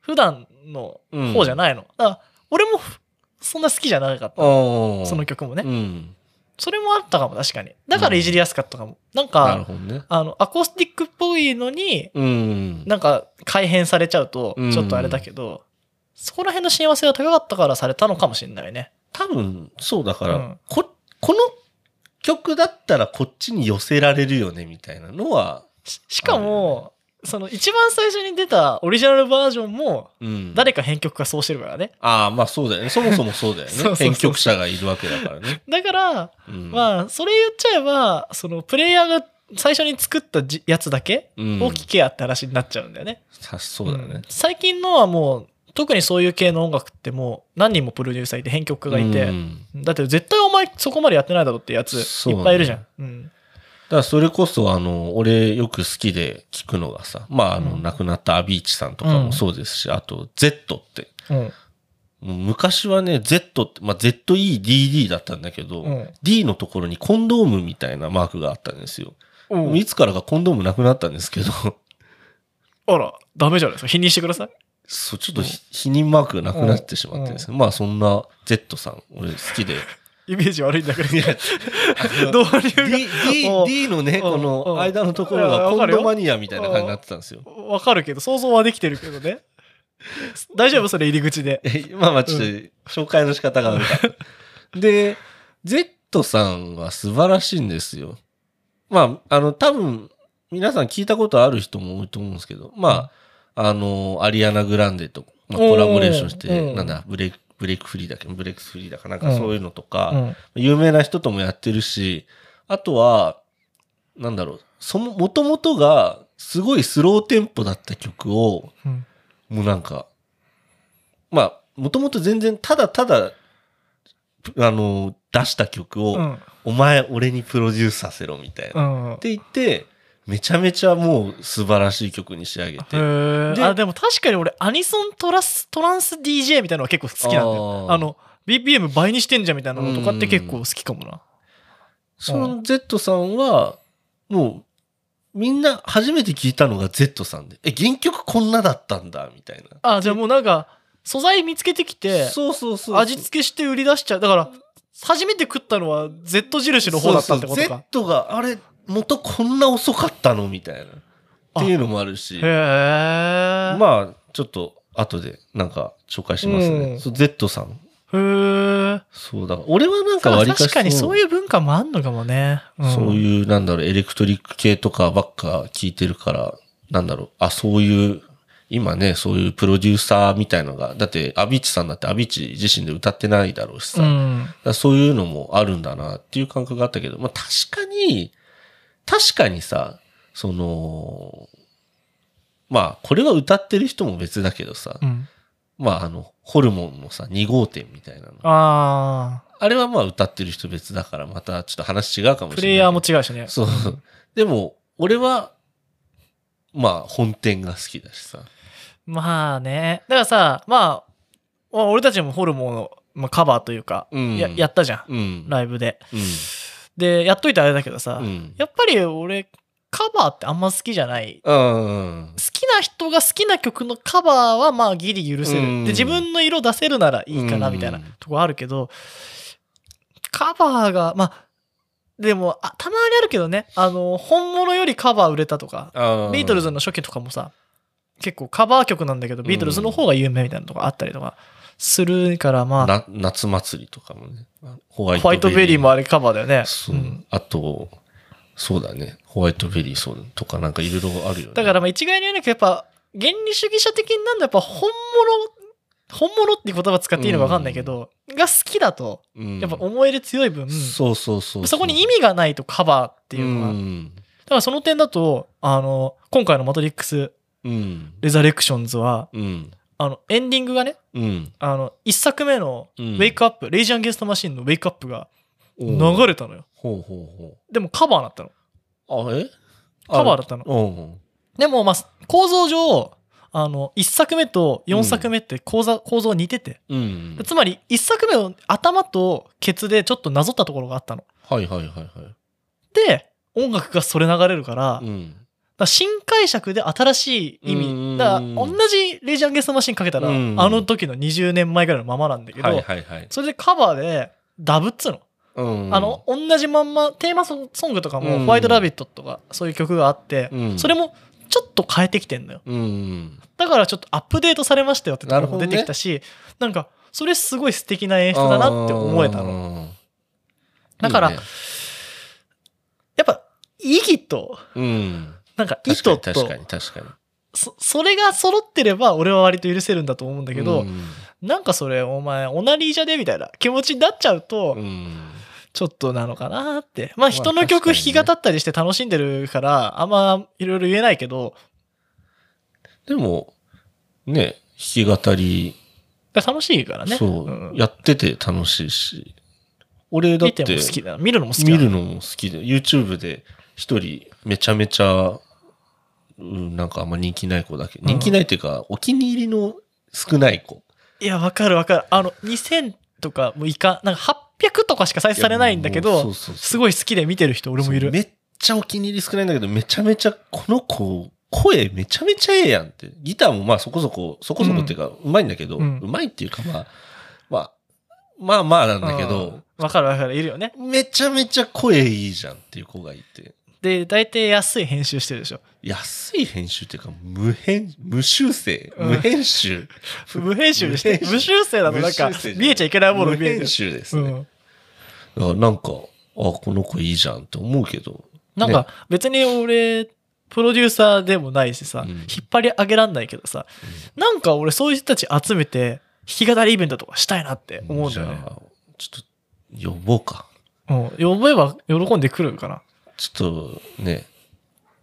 B: 普段の方じゃないの、だから俺もふそんな好きじゃなかった
A: おー
B: その曲もね、
A: うん。
B: それもあったかも確かにだからいじりやすかったかも、なん
A: なる
B: か
A: ほどね。
B: あのアコースティックっぽいのに
A: うん。
B: なんか改変されちゃうと
A: うん
B: ちょっとあれだけど、そこら辺の親和性が高かったからされたのかもしれないね
A: 多分、そうだから、
B: うん
A: こ、この曲だったらこっちに寄せられるよね、みたいなのは、
B: ししかもその一番最初に出たオリジナルバージョンも
A: うん。
B: 誰か編曲がそうしてるからね
A: ああ、まあそうだよね。そもそもそうだよ
B: [laughs] そうそ
A: ね。
B: うそう
A: 編曲者がいるわけだからね。
B: だから、
A: うん、あ、
B: まあそれ言っちゃえばそのプレイヤーが最初に作ったじやつだけ
A: うん、
B: を聞けやって話になっちゃうんだよね。
A: さそうだね。
B: ん最近のはもう特にそういう系の音楽ってもう何人もプロデューサーいて編曲がいて、
A: うん
B: だって絶対お前そこまでやってないだろってやつ
A: そう
B: い
A: だね
B: っぱいいるじゃん。うん
A: だからそれこそ、あの、俺よく好きで聞くのがさ、まあ、あの、
B: うん
A: 亡くなったアビーチさんとかもそうですし、あと、Z って。
B: うん
A: もう昔はね、Z って、まあ、ZEDD だったんだけど、
B: うん
A: D のところにコンドームみたいなマークがあったんですよ。
B: おう
A: いつからかコンドームなくなったんですけど、
B: あらダメじゃないですか否認してください。
A: [laughs] そう、ちょっとひ否認マークがなくなってしまってですね。まあ、そんな Z さん、俺好きで。
B: イメージ悪いんだけど
A: いや
B: 導入
A: D, D,
B: おう
A: D のね、
B: おう
A: こ
B: おう
A: の間のところ
B: いや
A: が
B: わ
A: コ
B: か
A: ン
B: るよ
A: ドマニアみたいな感じになってたんですよ。
B: がわかるけど想像はできてるけどね [laughs] 大丈夫それ入り口で。
A: [laughs] えまあまあちょっと紹介の仕方が悪
B: [laughs]
A: かった。で、Z さんは素晴らしいんですよ。まあ、あの、多分、皆さん聞いたことある人も多いと思うんですけど、まあ、あの、アリアナ・グランデと、まあ、コラボレーションし
B: お
A: て、
B: ー
A: なんだ、ブレイク、ブレイクフリーだっけブレイクフリーだかなんかそういうのと
B: う
A: か、
B: ん
A: 有名な人ともやってるし、あとは、なんだろう、その、もともとが、すごいスローテンポだった曲を、
B: うん
A: もうなんか、まあ、もともと全然ただただ、ぷあの、出した曲を、
B: うん
A: お前俺にプロデュースさせろみたいな。っ
B: うん
A: て言って、めちゃめちゃもう素晴らしい曲に仕上げて。
B: へ
A: で
B: えあでも確かに俺アニソントラストランス DJ みたいなのが結構好きなんだよ
A: あー
B: あの BPM 倍にしてんじゃんみたいなのとかって結構好きかもな
A: その Z さんは、もう、みんな初めて聞いたのが Z さんで、え、原曲こんなだったんだ、みたいな。
B: あじゃあもうなんか素材見つけてきて
A: そうそうそう。
B: 味付けして売り出しちゃうだから初めて食ったのは Z 印の方だったってこと
A: そうそう
B: か
A: Z が、あれ、元こんな遅かったのみたいな。っていうのもあるし。
B: へえ、
A: まあ、ちょっと、後で、なんか、紹介しますね。
B: うん
A: そう Z さん。
B: へえ
A: そうだ。俺はなんか、
B: まあ
A: 割かし
B: 確かにそう
A: う、
B: いう文化もあんのかもね、ん
A: そういう、なんだろう、エレクトリック系とかばっか聞いてるから、なんだろう、あ、そういう、今ね、そういうプロデューサーみたいのが、だって、アビーチさんだって、アビーチ自身で歌ってないだろうしさ。
B: う
A: だか
B: ん
A: らそういうのもあるんだな、っていう感覚があったけど、まあ、確かに、確かにさ、その、まあ、これは歌ってる人も別だけどさ、
B: うん
A: まあ、あの、ホルモンのさ、2号店みたいなの。あ
B: ああ
A: れはまあ歌ってる人別だから、またちょっと話違うかもしれない。
B: プレイヤーも違うしね
A: そう。でも、俺は、まあ、本店が好きだしさ。
B: まあね。だからさ、まあ、まあ俺たちもホルモンの、まあ、カバーというか、
A: うん
B: や、やったじゃん。
A: うん。
B: ライブで。
A: うん。
B: で、やっといてあれだけどさ、
A: うん。
B: やっぱり俺、カバーってあんま好きじゃない。
A: うん。
B: 好きな人が好きな曲のカバーはまあギリ許せる。
A: うん
B: で、自分の色出せるならいいかな
A: うん
B: みたいなとこあるけど、カバーが、まあ、でもあ、たまにあるけどね、あの、本物よりカバー売れたとか、
A: あ
B: ビートルズの初期とかもさ結構カバー曲なんだけどビートルズの方が有名みたいなとかあったりとかするから、まあ、
A: な夏祭りとかもね。ホワ
B: ホワイトベリーもあれカバーだよね。
A: そうう、
B: ん
A: あと、そうだね。ホワイトベリーそうとかなんかいろいろあるよね。
B: だからまあ一概に言うなくやっぱ原理主義者的になんだやっぱ本物本物っていう言葉使っていいのか分かんないけど、が好きだと
A: うん、
B: やっぱ思い入れ強い分、
A: そうそうそうう。
B: そこに意味がないとカバーっていうのは、
A: う
B: だ
A: ん。
B: からその点だとあの今回の「マトリックス・
A: うん。
B: レザレクションズは
A: うん。」
B: あのエンディングがね
A: うん。
B: あの1作目の「ウ
A: うん
B: ェイクアップ」レイジアン・ゲスト・マシン」の「ウェイクアップ」が流
A: 長い。
B: れたのよ
A: ほうほ
B: でもカバーだったの
A: うほう。あ、え
B: カバーだったの
A: うん。
B: でもまあ構造上あの1作目と4作目って構造,、構造似てて
A: うん。
B: つまり一作目の頭とケツでちょっとなぞったところがあったの。
A: はいはいはいは
B: で音楽がそれ流れるから,、
A: い。うん。
B: 新解釈で新しい意味、
A: うん
B: だから同じ「レイジアン・ゲスト・マシン」かけたら、
A: うん
B: あの時の20年前ぐらいのままなんだけど、
A: はいはいはい。
B: それでカバーでダブっつうの,、
A: うん。
B: あの同じまんまテーマソンソングとか
A: う
B: も「
A: ん
B: ホワイト・ラビット」とかそういう曲があって、
A: うん
B: それもちょっと変えてきてんのよ
A: うん。
B: だからちょっとアップデートされましたよってところも出てきたしな,、んかそれすごい素敵な演出だなって思えたの。
A: の。
B: だから
A: いいね
B: やっぱ意義と
A: うん。
B: なんか意図
A: 確か
B: と
A: に確かに確かに。
B: そそれが揃ってれば俺は割と許せるんだと思うんだけど、
A: うん
B: なんかそれお前オナニーじゃねみたいな気持ちになっちゃうと
A: うん。
B: ちょっとなのかなってまあ人の
A: ま
B: 曲
A: あ確か
B: 弾き
A: にね
B: 語ったりして楽しんでるからあんまいろいろ言えないけど
A: でも、ね、弾き語り、
B: だから楽しいからね
A: そう、
B: ん
A: やってて楽しいし。俺だっ
B: 見
A: て
B: ても好きだな見るのも好きだ
A: 見
B: な
A: るのも好きで、YouTube で一人めちゃめちゃ、うん、なんかあんま人気ない子だけど、
B: うん
A: 人気ないっていうか、お気に入りの少ない子。
B: いやわかるわかるあの2000とかもういかなんか800とかしか再生されないんだけ
A: いやも
B: ど
A: うそうそうそう
B: すごい好きで見てる人俺も
A: そ
B: い
A: う
B: る
A: めっちゃお気に入り少ないんだけど、めちゃめちゃ、この子、声めちゃめちゃええやんって。ギターもまあそこそこ、そこそこっていうか、うまいんだけど、
B: う
A: うんまいっていうかまあ、まあ、まあまあなんだけど、
B: うんわかるわかるいるよね
A: めちゃめちゃ声いいじゃんっていう子がいて。
B: で大体安い編集してるでしょ
A: 安い編集っていうか、無編、無修正、
B: うん
A: 無編
B: [laughs]
A: 集。
B: 無編集にして
A: 無編集
B: 無修正だとなんか
A: 無修正じゃない
B: 見えちゃいけないもの
A: 無
B: 見え
A: 編
B: ち
A: 集です
B: ゃう、
A: ね。
B: うん、
A: だからなんか、あ、この子いいじゃんって思うけど。
B: なんか別に俺プロデューサーでもないしさ、
A: うん
B: 引っ張り上げらんないけどさ、なんか俺そういう人たち集めて弾き語りイベントとかしたいなって思うんだよね
A: じゃあちょっと、呼ぼうか。
B: うん呼べば喜んでくるかな
A: ちょっと、ね、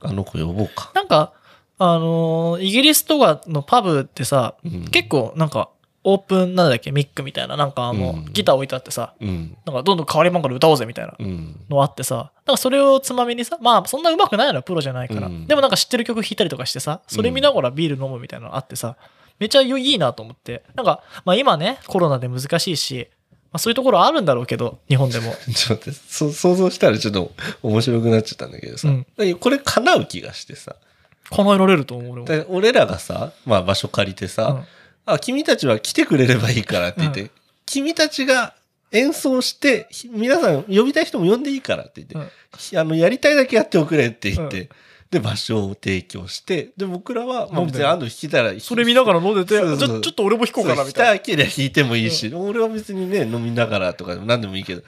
A: あの子呼ぼうか。
B: なんかあのーイギリスとかのパブってさ、
A: うん
B: 結構なんかオープンなんだっけミックみたいななんかあの、
A: うん
B: ギター置いてあってさ
A: うん。
B: なんかどんどん変わり漫画で歌おうぜみたいな
A: うん。
B: のあってさなんかそれをつまみにさまあそんな上手くないのよプロじゃないから、
A: うん
B: でもなんか知ってる曲弾いたりとかしてさそれ見ながらビール飲むみたいなのあってさめちゃ良いいなと思ってなんか、まあ、今ねコロナで難しいし、まあ、そういうところあるんだろうけど日本でも
A: ちょっと待って、そ想像したらちょっと面白くなっちゃったんだけどさ。
B: うん
A: だけどこれ叶う気がしてさ。
B: 叶えられると思う
A: [laughs]
B: 俺も
A: だ俺らがさ、まあ場所借りて
B: う
A: さ、
B: ん
A: あ、君たちは来てくれればいいからって言って、
B: う
A: 君たちが演奏して、ひ皆さん呼びたい人も呼んでいいからって言って、
B: うん
A: ひあの、やりたいだけやっておくれって言って、
B: うん
A: で、場所を提供して、で、僕らは、も
B: 飲
A: うん別
B: で
A: に安藤弾きたら弾き
B: それ見ながら飲んでて
A: そうそう
B: じゃあちょっと俺も弾こうかなみたい
A: そう
B: な
A: 弾きたけりゃ弾いてもいいし、俺は別にね、飲みながらとかでも何でもいいけど、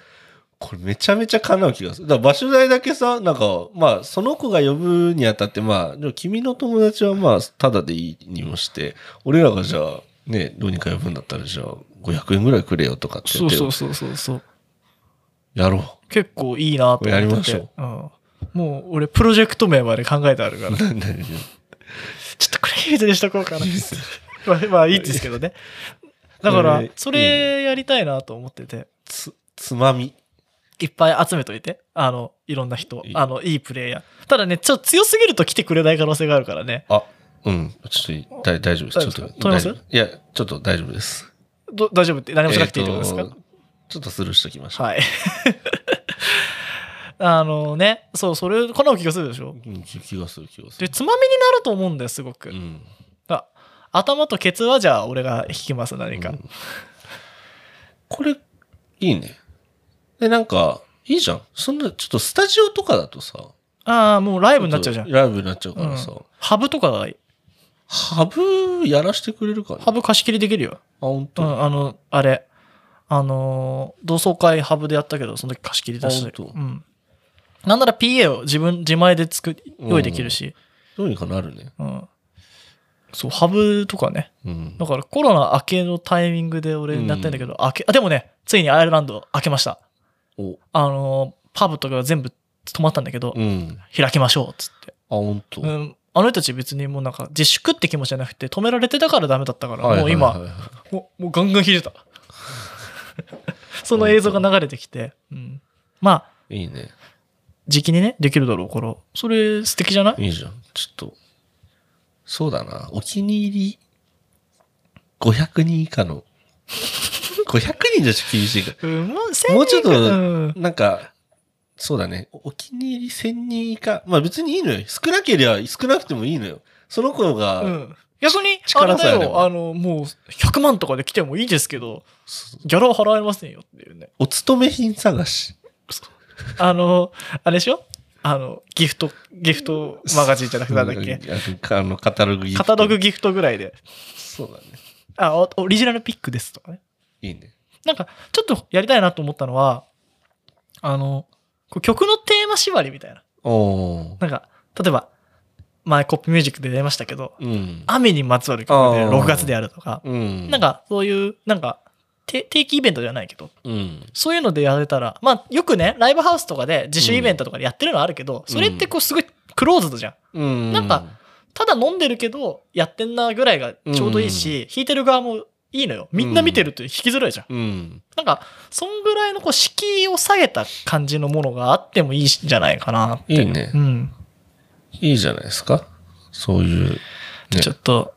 A: これめちゃめちゃ叶う気がする。だから場所代だけさ、なんか、まあ、その子が呼ぶにあたって、まあ、でも君の友達はまあ、ただでいいにもして、俺らがじゃあ、ね、どうにか呼ぶんだったら、じゃあ、500円ぐらいくれよとかって
B: そ
A: 言っ
B: う
A: て、
B: そうそうそうそう
A: やろ
B: 結構いいなと思ってて
A: やりましょ
B: うんもう俺プロジェクト名まで考えてあるから
A: う。 [laughs] なんだよ。
B: ちょっとこれ秘密にしとこ
A: [laughs]
B: うかな。まあ、まあいいですけどね。だから
A: えー、
B: そ
A: い
B: れやりたいなと思ってて、
A: つ、つまみ。
B: いっぱい集めといて、あの、いろんな人
A: い、い
B: あの、いいプレイヤー。ただね、ちょっと強すぎると来てくれない可能性があるからね。
A: あ、うん、ちょっと、だ大丈夫です。ち
B: 大丈夫
A: ょ
B: で
A: っ
B: すか
A: と、
B: 止めます
A: 大丈夫いや、ちょっと大丈夫です。
B: ど大丈夫って、何もしなくていいってことです
A: えー
B: か
A: とちょっとスルーしときましょう。
B: はい。 [laughs] あのね、そう、それ、こんな気がするでしょ。
A: うん気がする気がす
B: で、
A: る。
B: つまみになると思うんだよ、すごく
A: う。ん。
B: あ頭とケツはじゃあ俺が弾きます、何か。
A: これ、いいね。で、なんか、いいじゃん。そんな、ちょっとスタジオとかだとさ、
B: ああ、もうライ
A: ラ
B: ブになっちゃうじゃん。
A: ライブになっちゃうからさ、
B: うんハブとかがいい。
A: ハブやらしてくれるかな
B: ハ
A: あ、
B: ブ貸し切りできるよ。
A: 本
B: う
A: 当。
B: ん、あの、あれ。あのー、同窓会ハブでやったけど、その時貸し切りだし。
A: あ本当
B: うん。なんなら PA を自分、自前で作り、用意できるし。
A: どうにかなるね。
B: うん。そう、ハブとかね。
A: うん
B: だ。からコロナ明けのタイミングで俺やってんだけど、明け、あ、でもね、ついにアイルランド明けました。
A: お、
B: あのー、パブとか全部止まったんだけど、
A: うん。あ、
B: 開きましょう、つって。
A: 本当。
B: う
A: はい
B: ん、あの人たち別にもうなんか自粛って気持ちじゃなくて止められてたからダメだったから、
A: はいはい
B: もう今もうもうガンガン引いてた [laughs] その映像が流れてきて、うん、まあ
A: いいね。
B: 時期にねできるだろうからそれ素敵じゃない
A: いいじゃん。ちょっと。そうだな。お気に入り、500人以下の。500人じゃちょっと厳しいか
B: うんもう
A: もうちょっと
B: 1000人 [laughs]
A: ら。なんか、そうだね。おお気に入り1000人以下。まあ別にいいのよ。少なければ、少なくてもいいのよ。その子
B: か
A: が、
B: うんうん逆にあれ
A: 力
B: だ
A: さえあれば
B: よあのもう100万とかで来てもいいですけど
A: そ
B: ギャラは払えませんよっていうね
A: お勤め品探し。
B: あのあれでしょあのギフトギフトマガジンじゃなくてなんだっけ
A: けあの、カタログギフト
B: カタログ。ギフトぐらいで
A: そうだね。
B: あおオリジナルピックですとかね
A: いいね。
B: なんか、ちょっとやりたいなと思ったのは、あの、こう曲のテーマ縛りみたいな。
A: おー。
B: なんか、例えば、前コップミュージックでやりましたけど、
A: うん。
B: 雨にまつわる曲で
A: あー
B: 6月でやるとか、
A: うん。
B: なん、かそういう、なんか、て定期イベントじゃないけど、
A: うん。
B: そういうのでやれたら、まあよくね、ライブハウスとかで自主イベントとかでやってるのあるけど、それってこうすごいクローズドじゃん。
A: うん。
B: なんか、ただ飲んでるけど、やってんなぐらいがちょうどいいし、弾いてる側もいいのよ。みんな見てると弾きづらいじゃん。
A: うん。
B: なんか、そんぐらいのこう敷居を下げた感じのものがあってもいいんじゃないかなって。
A: いいね
B: うん。
A: いいじゃないですか。そういう。ね
B: ちょっと、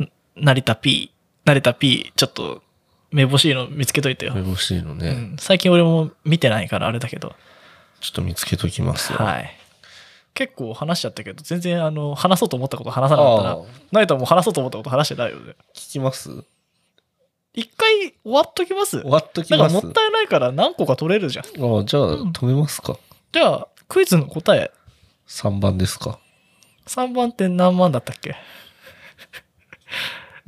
B: ん成田 P、成田 P、ちょっと、目星いの見つけといてよ。
A: 欲しいのね、
B: うん最近俺も見てないからあれだけど。
A: ちょっと見つけときますよ。
B: はい。結構話しちゃったけど、全然あの、話そうと思ったこと話さなかった
A: あ
B: ら
A: あ、、
B: 成田も話そうと思ったこと話してないよね。
A: 聞きます
B: 一回終わっときます
A: 終わっとき
B: なん
A: ま
B: か
A: す
B: もったいないから何個か取れるじゃん。
A: ああ、じゃあ、
B: うん
A: 止めますか。
B: じゃあ、クイズの答え、
A: 3番ですか。
B: 3番って何万だったっけ、 [laughs]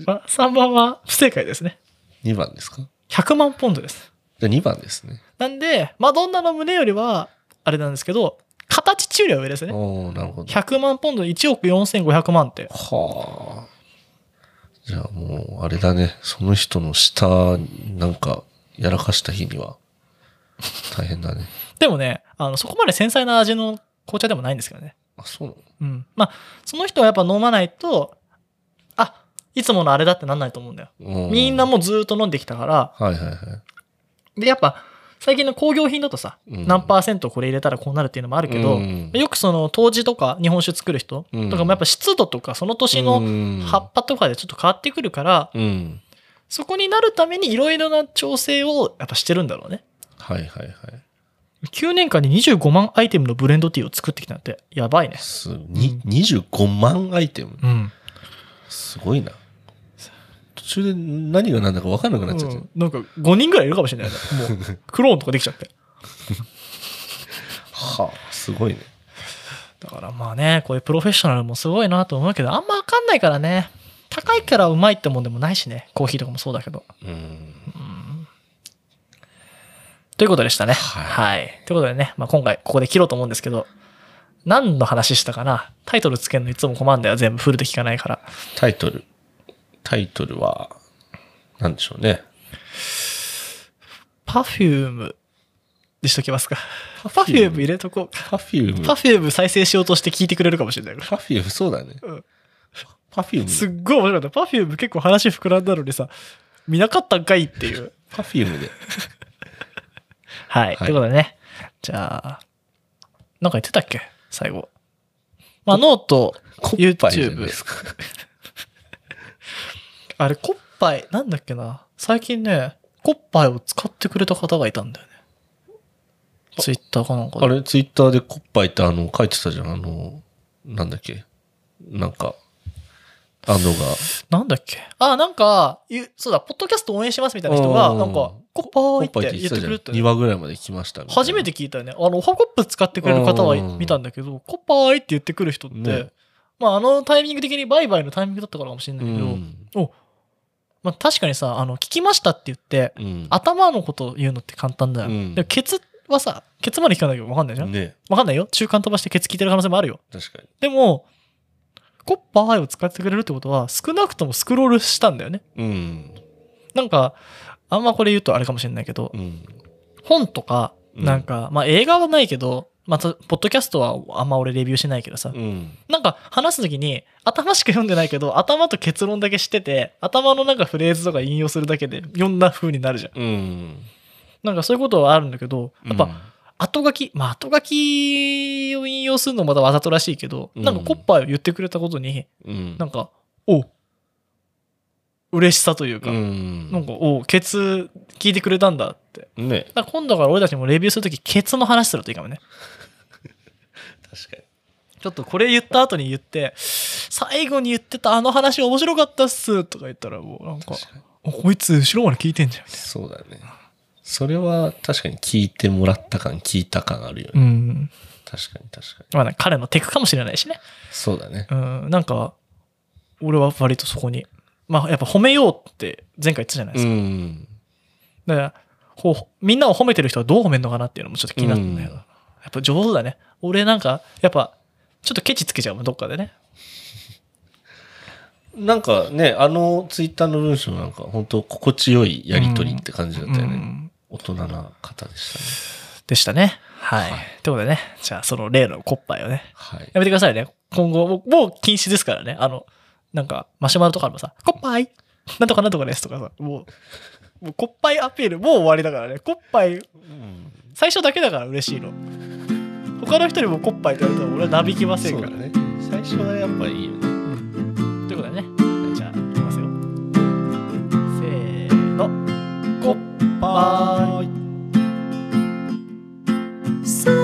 B: ま、?3 番は不正解ですね。
A: 2番ですか。
B: 100万ポンドです。
A: じゃあ2番ですね。
B: なんで、マドンナの胸よりは、あれなんですけど、形中よりは上ですね。
A: おおなるほど。
B: 100万ポンド1億4500万って。
A: はあ。じゃあもう、あれだね。その人の下、なんか、やらかした日には、大変だね。
B: でもね、あの、そこまで繊細な味の紅茶でもないんですけどね。
A: あ、そうなの
B: うん。まあ、その人はやっぱ飲まないと、あ、いつものあれだってなんないと思うんだよ。
A: うん
B: みんなもうずーっと飲んできたから、
A: はいはいはい。
B: で、やっぱ、最近の工業品だとさ、
A: うん
B: 何パーセントこれ入れたらこうなるっていうのもあるけど、
A: うん
B: よくその当時とか日本酒作る人とかもやっぱ湿度とかその年の
A: の
B: 葉っぱとかでちょっと変わってくるから、
A: うん。
B: そこになるためにいろいろな調整をやっぱしてるんだろうね。
A: はいはいはい。
B: 9年間に25万アイテムのブレンドティーを作ってきたなんて、やばいね。
A: すに25万アイテム。
B: うん。
A: すごいな。途中で何が何だか分かんなくなっちゃってる、
B: なんか5人ぐらいいるかもしれないな。も [laughs] う、クローンとかできちゃって。
A: はあ、すごいね。
B: だからまあね、こういうプロフェッショナルもすごいなと思うけど、あんまわかんないからね。高いからうまいってもんでもないしね。コーヒーとかもそうだけど。
A: うん。
B: ということでしたね。
A: はい
B: はい。ということでね、まあ、今回ここで切ろうと思うんですけど、何の話したかなタイトルつけるのいつも困るんだよ。全部フルで聞かないから。
A: タイトル。タイトルは、なんでしょうね。
B: パフュームにしときますか。パフューム入れとこう。
A: パフューム。
B: パフューム再生しようとして聞いてくれるかもしれないから。
A: パフューム、そうだね。
B: うん
A: パフュ
B: す
A: ー
B: っ
A: ム。
B: ごい面白かった。パフューム結構話膨らんだのにさ、見なかったんかいっていう。
A: パフュームで。
B: [laughs] はい。と
A: はい
B: いうことでね。じゃあ、なんか言ってたっけ最後。まあ、ノート、
A: コッパイじゃない
B: YouTube
A: ですか。
B: あれ、コッパイ、なんだっけな。最近ね、コッパイを使ってくれた方がいたんだよね。ツイッターかなんかで
A: あれ、ツイッターでコッパイってあの、書いてたじゃん。あの、なんだっけ。なんか、あのが、
B: なんだっけあ、なんか、ゆそうだ、ポッドキャスト応援しますみたいな人が、
A: うん
B: なんか、コッパ
A: コ
B: ー
A: ッパイっ
B: ってて
A: 言
B: 言
A: ってじ
B: ったてく
A: ゃん。
B: れたよ
A: 2話ぐらいまで来ましたみたいな。
B: 初めて聞いたよね。あの、オハコップ使ってくれる方は
A: うん
B: 見たんだけど、コッパーイって言ってくる人って、
A: ね
B: まあ、あのタイミング的に売買のタイミングだったからかもしれな
A: う
B: いけど、
A: ん。
B: まあ、確かにさあの聞きましたって言って
A: うん。
B: 頭のこと言うのって簡単だよ、
A: うん
B: でもケツはさケツまで聞かなきゃ分かんないじゃん、
A: ね
B: 分かんないよ中間飛ばしてケツ聞いてる可能性もあるよ
A: 確か
B: でもコッパーイを使ってくれるってことは少なくともスクロールしたんだよね
A: に。うん。
B: なんかあんまこれ言うとあれかもしれないけど、
A: うん。
B: 本とか
A: うん
B: なんか、まあ映画はないけどまたポッドキャストはあんま俺レビューしないけどさ、
A: うん。
B: なんか話す時に頭しか読んでないけど頭と結論だけしてて頭のなんかフレーズとか引用するだけで読んだ風になるじゃん
A: うん。
B: なんかそういうことはあるんだけどやっ
A: う
B: ぱ
A: ん、
B: 後書き、まあ後書きを引用するのもまたわざとらしいけど、
A: うん
B: なんかコッパーを言ってくれたことに
A: うん。
B: なんかお嬉しさというか、
A: うん。
B: なんかおケツ聞いてくれたんだって
A: ね
B: だから今度から俺たちもレビューするときケツの話するといいかもね
A: 確かに。
B: ちょっとこれ言った後に言って、最後に言ってたあの話面白かったっすとか言ったらもうなんか、
A: 確かに。
B: あこいつ後ろまで聞いてんじゃんみ
A: そうだね。それは確かに聞いてもらった感、聞いた感あるよ
B: たい
A: ね。
B: な。うん。
A: 確かに確かに。
B: まあなんか彼のテクかもしれないしね。
A: そうだね。
B: うん。なんか、俺は割とそこに。まあやっぱ褒めようって前回言ってたじゃないで
A: う
B: すか。
A: ん。
B: だからこう、みんなを褒めてる人はどう褒めるのかなっていうのもちょっと気になったんだけど。
A: うん
B: やっぱ上手だね。俺なんか、やっぱ、ちょっとケチつけちゃうもん、どっかでね。
A: なんかね、あのツイッターの文章なんか本当心地よいやりとりって感じだったよね。
B: うん
A: 大人な方でしたね。
B: でしたね。はい。
A: はい
B: ということでね、じゃあその例のコッパイをね、
A: はい。
B: やめてくださいね。今後、もう、もう禁止ですからね。あの、なんか、マシュマロとかでもさ、コッパイなんとかなんとかですとかさ、もう、もうコッパイアピール、もう終わりだからね。コッパイ、
A: うん、
B: 最初だけだから嬉しいの。他の人にもコッパイって言われたら俺はなびきませ
A: そ
B: ん
A: う
B: か
A: だ
B: ら。
A: ね。最初はやっぱいいよね。
B: ということでね、じゃあ、いきますよ。せーの、コッパイ。
C: 空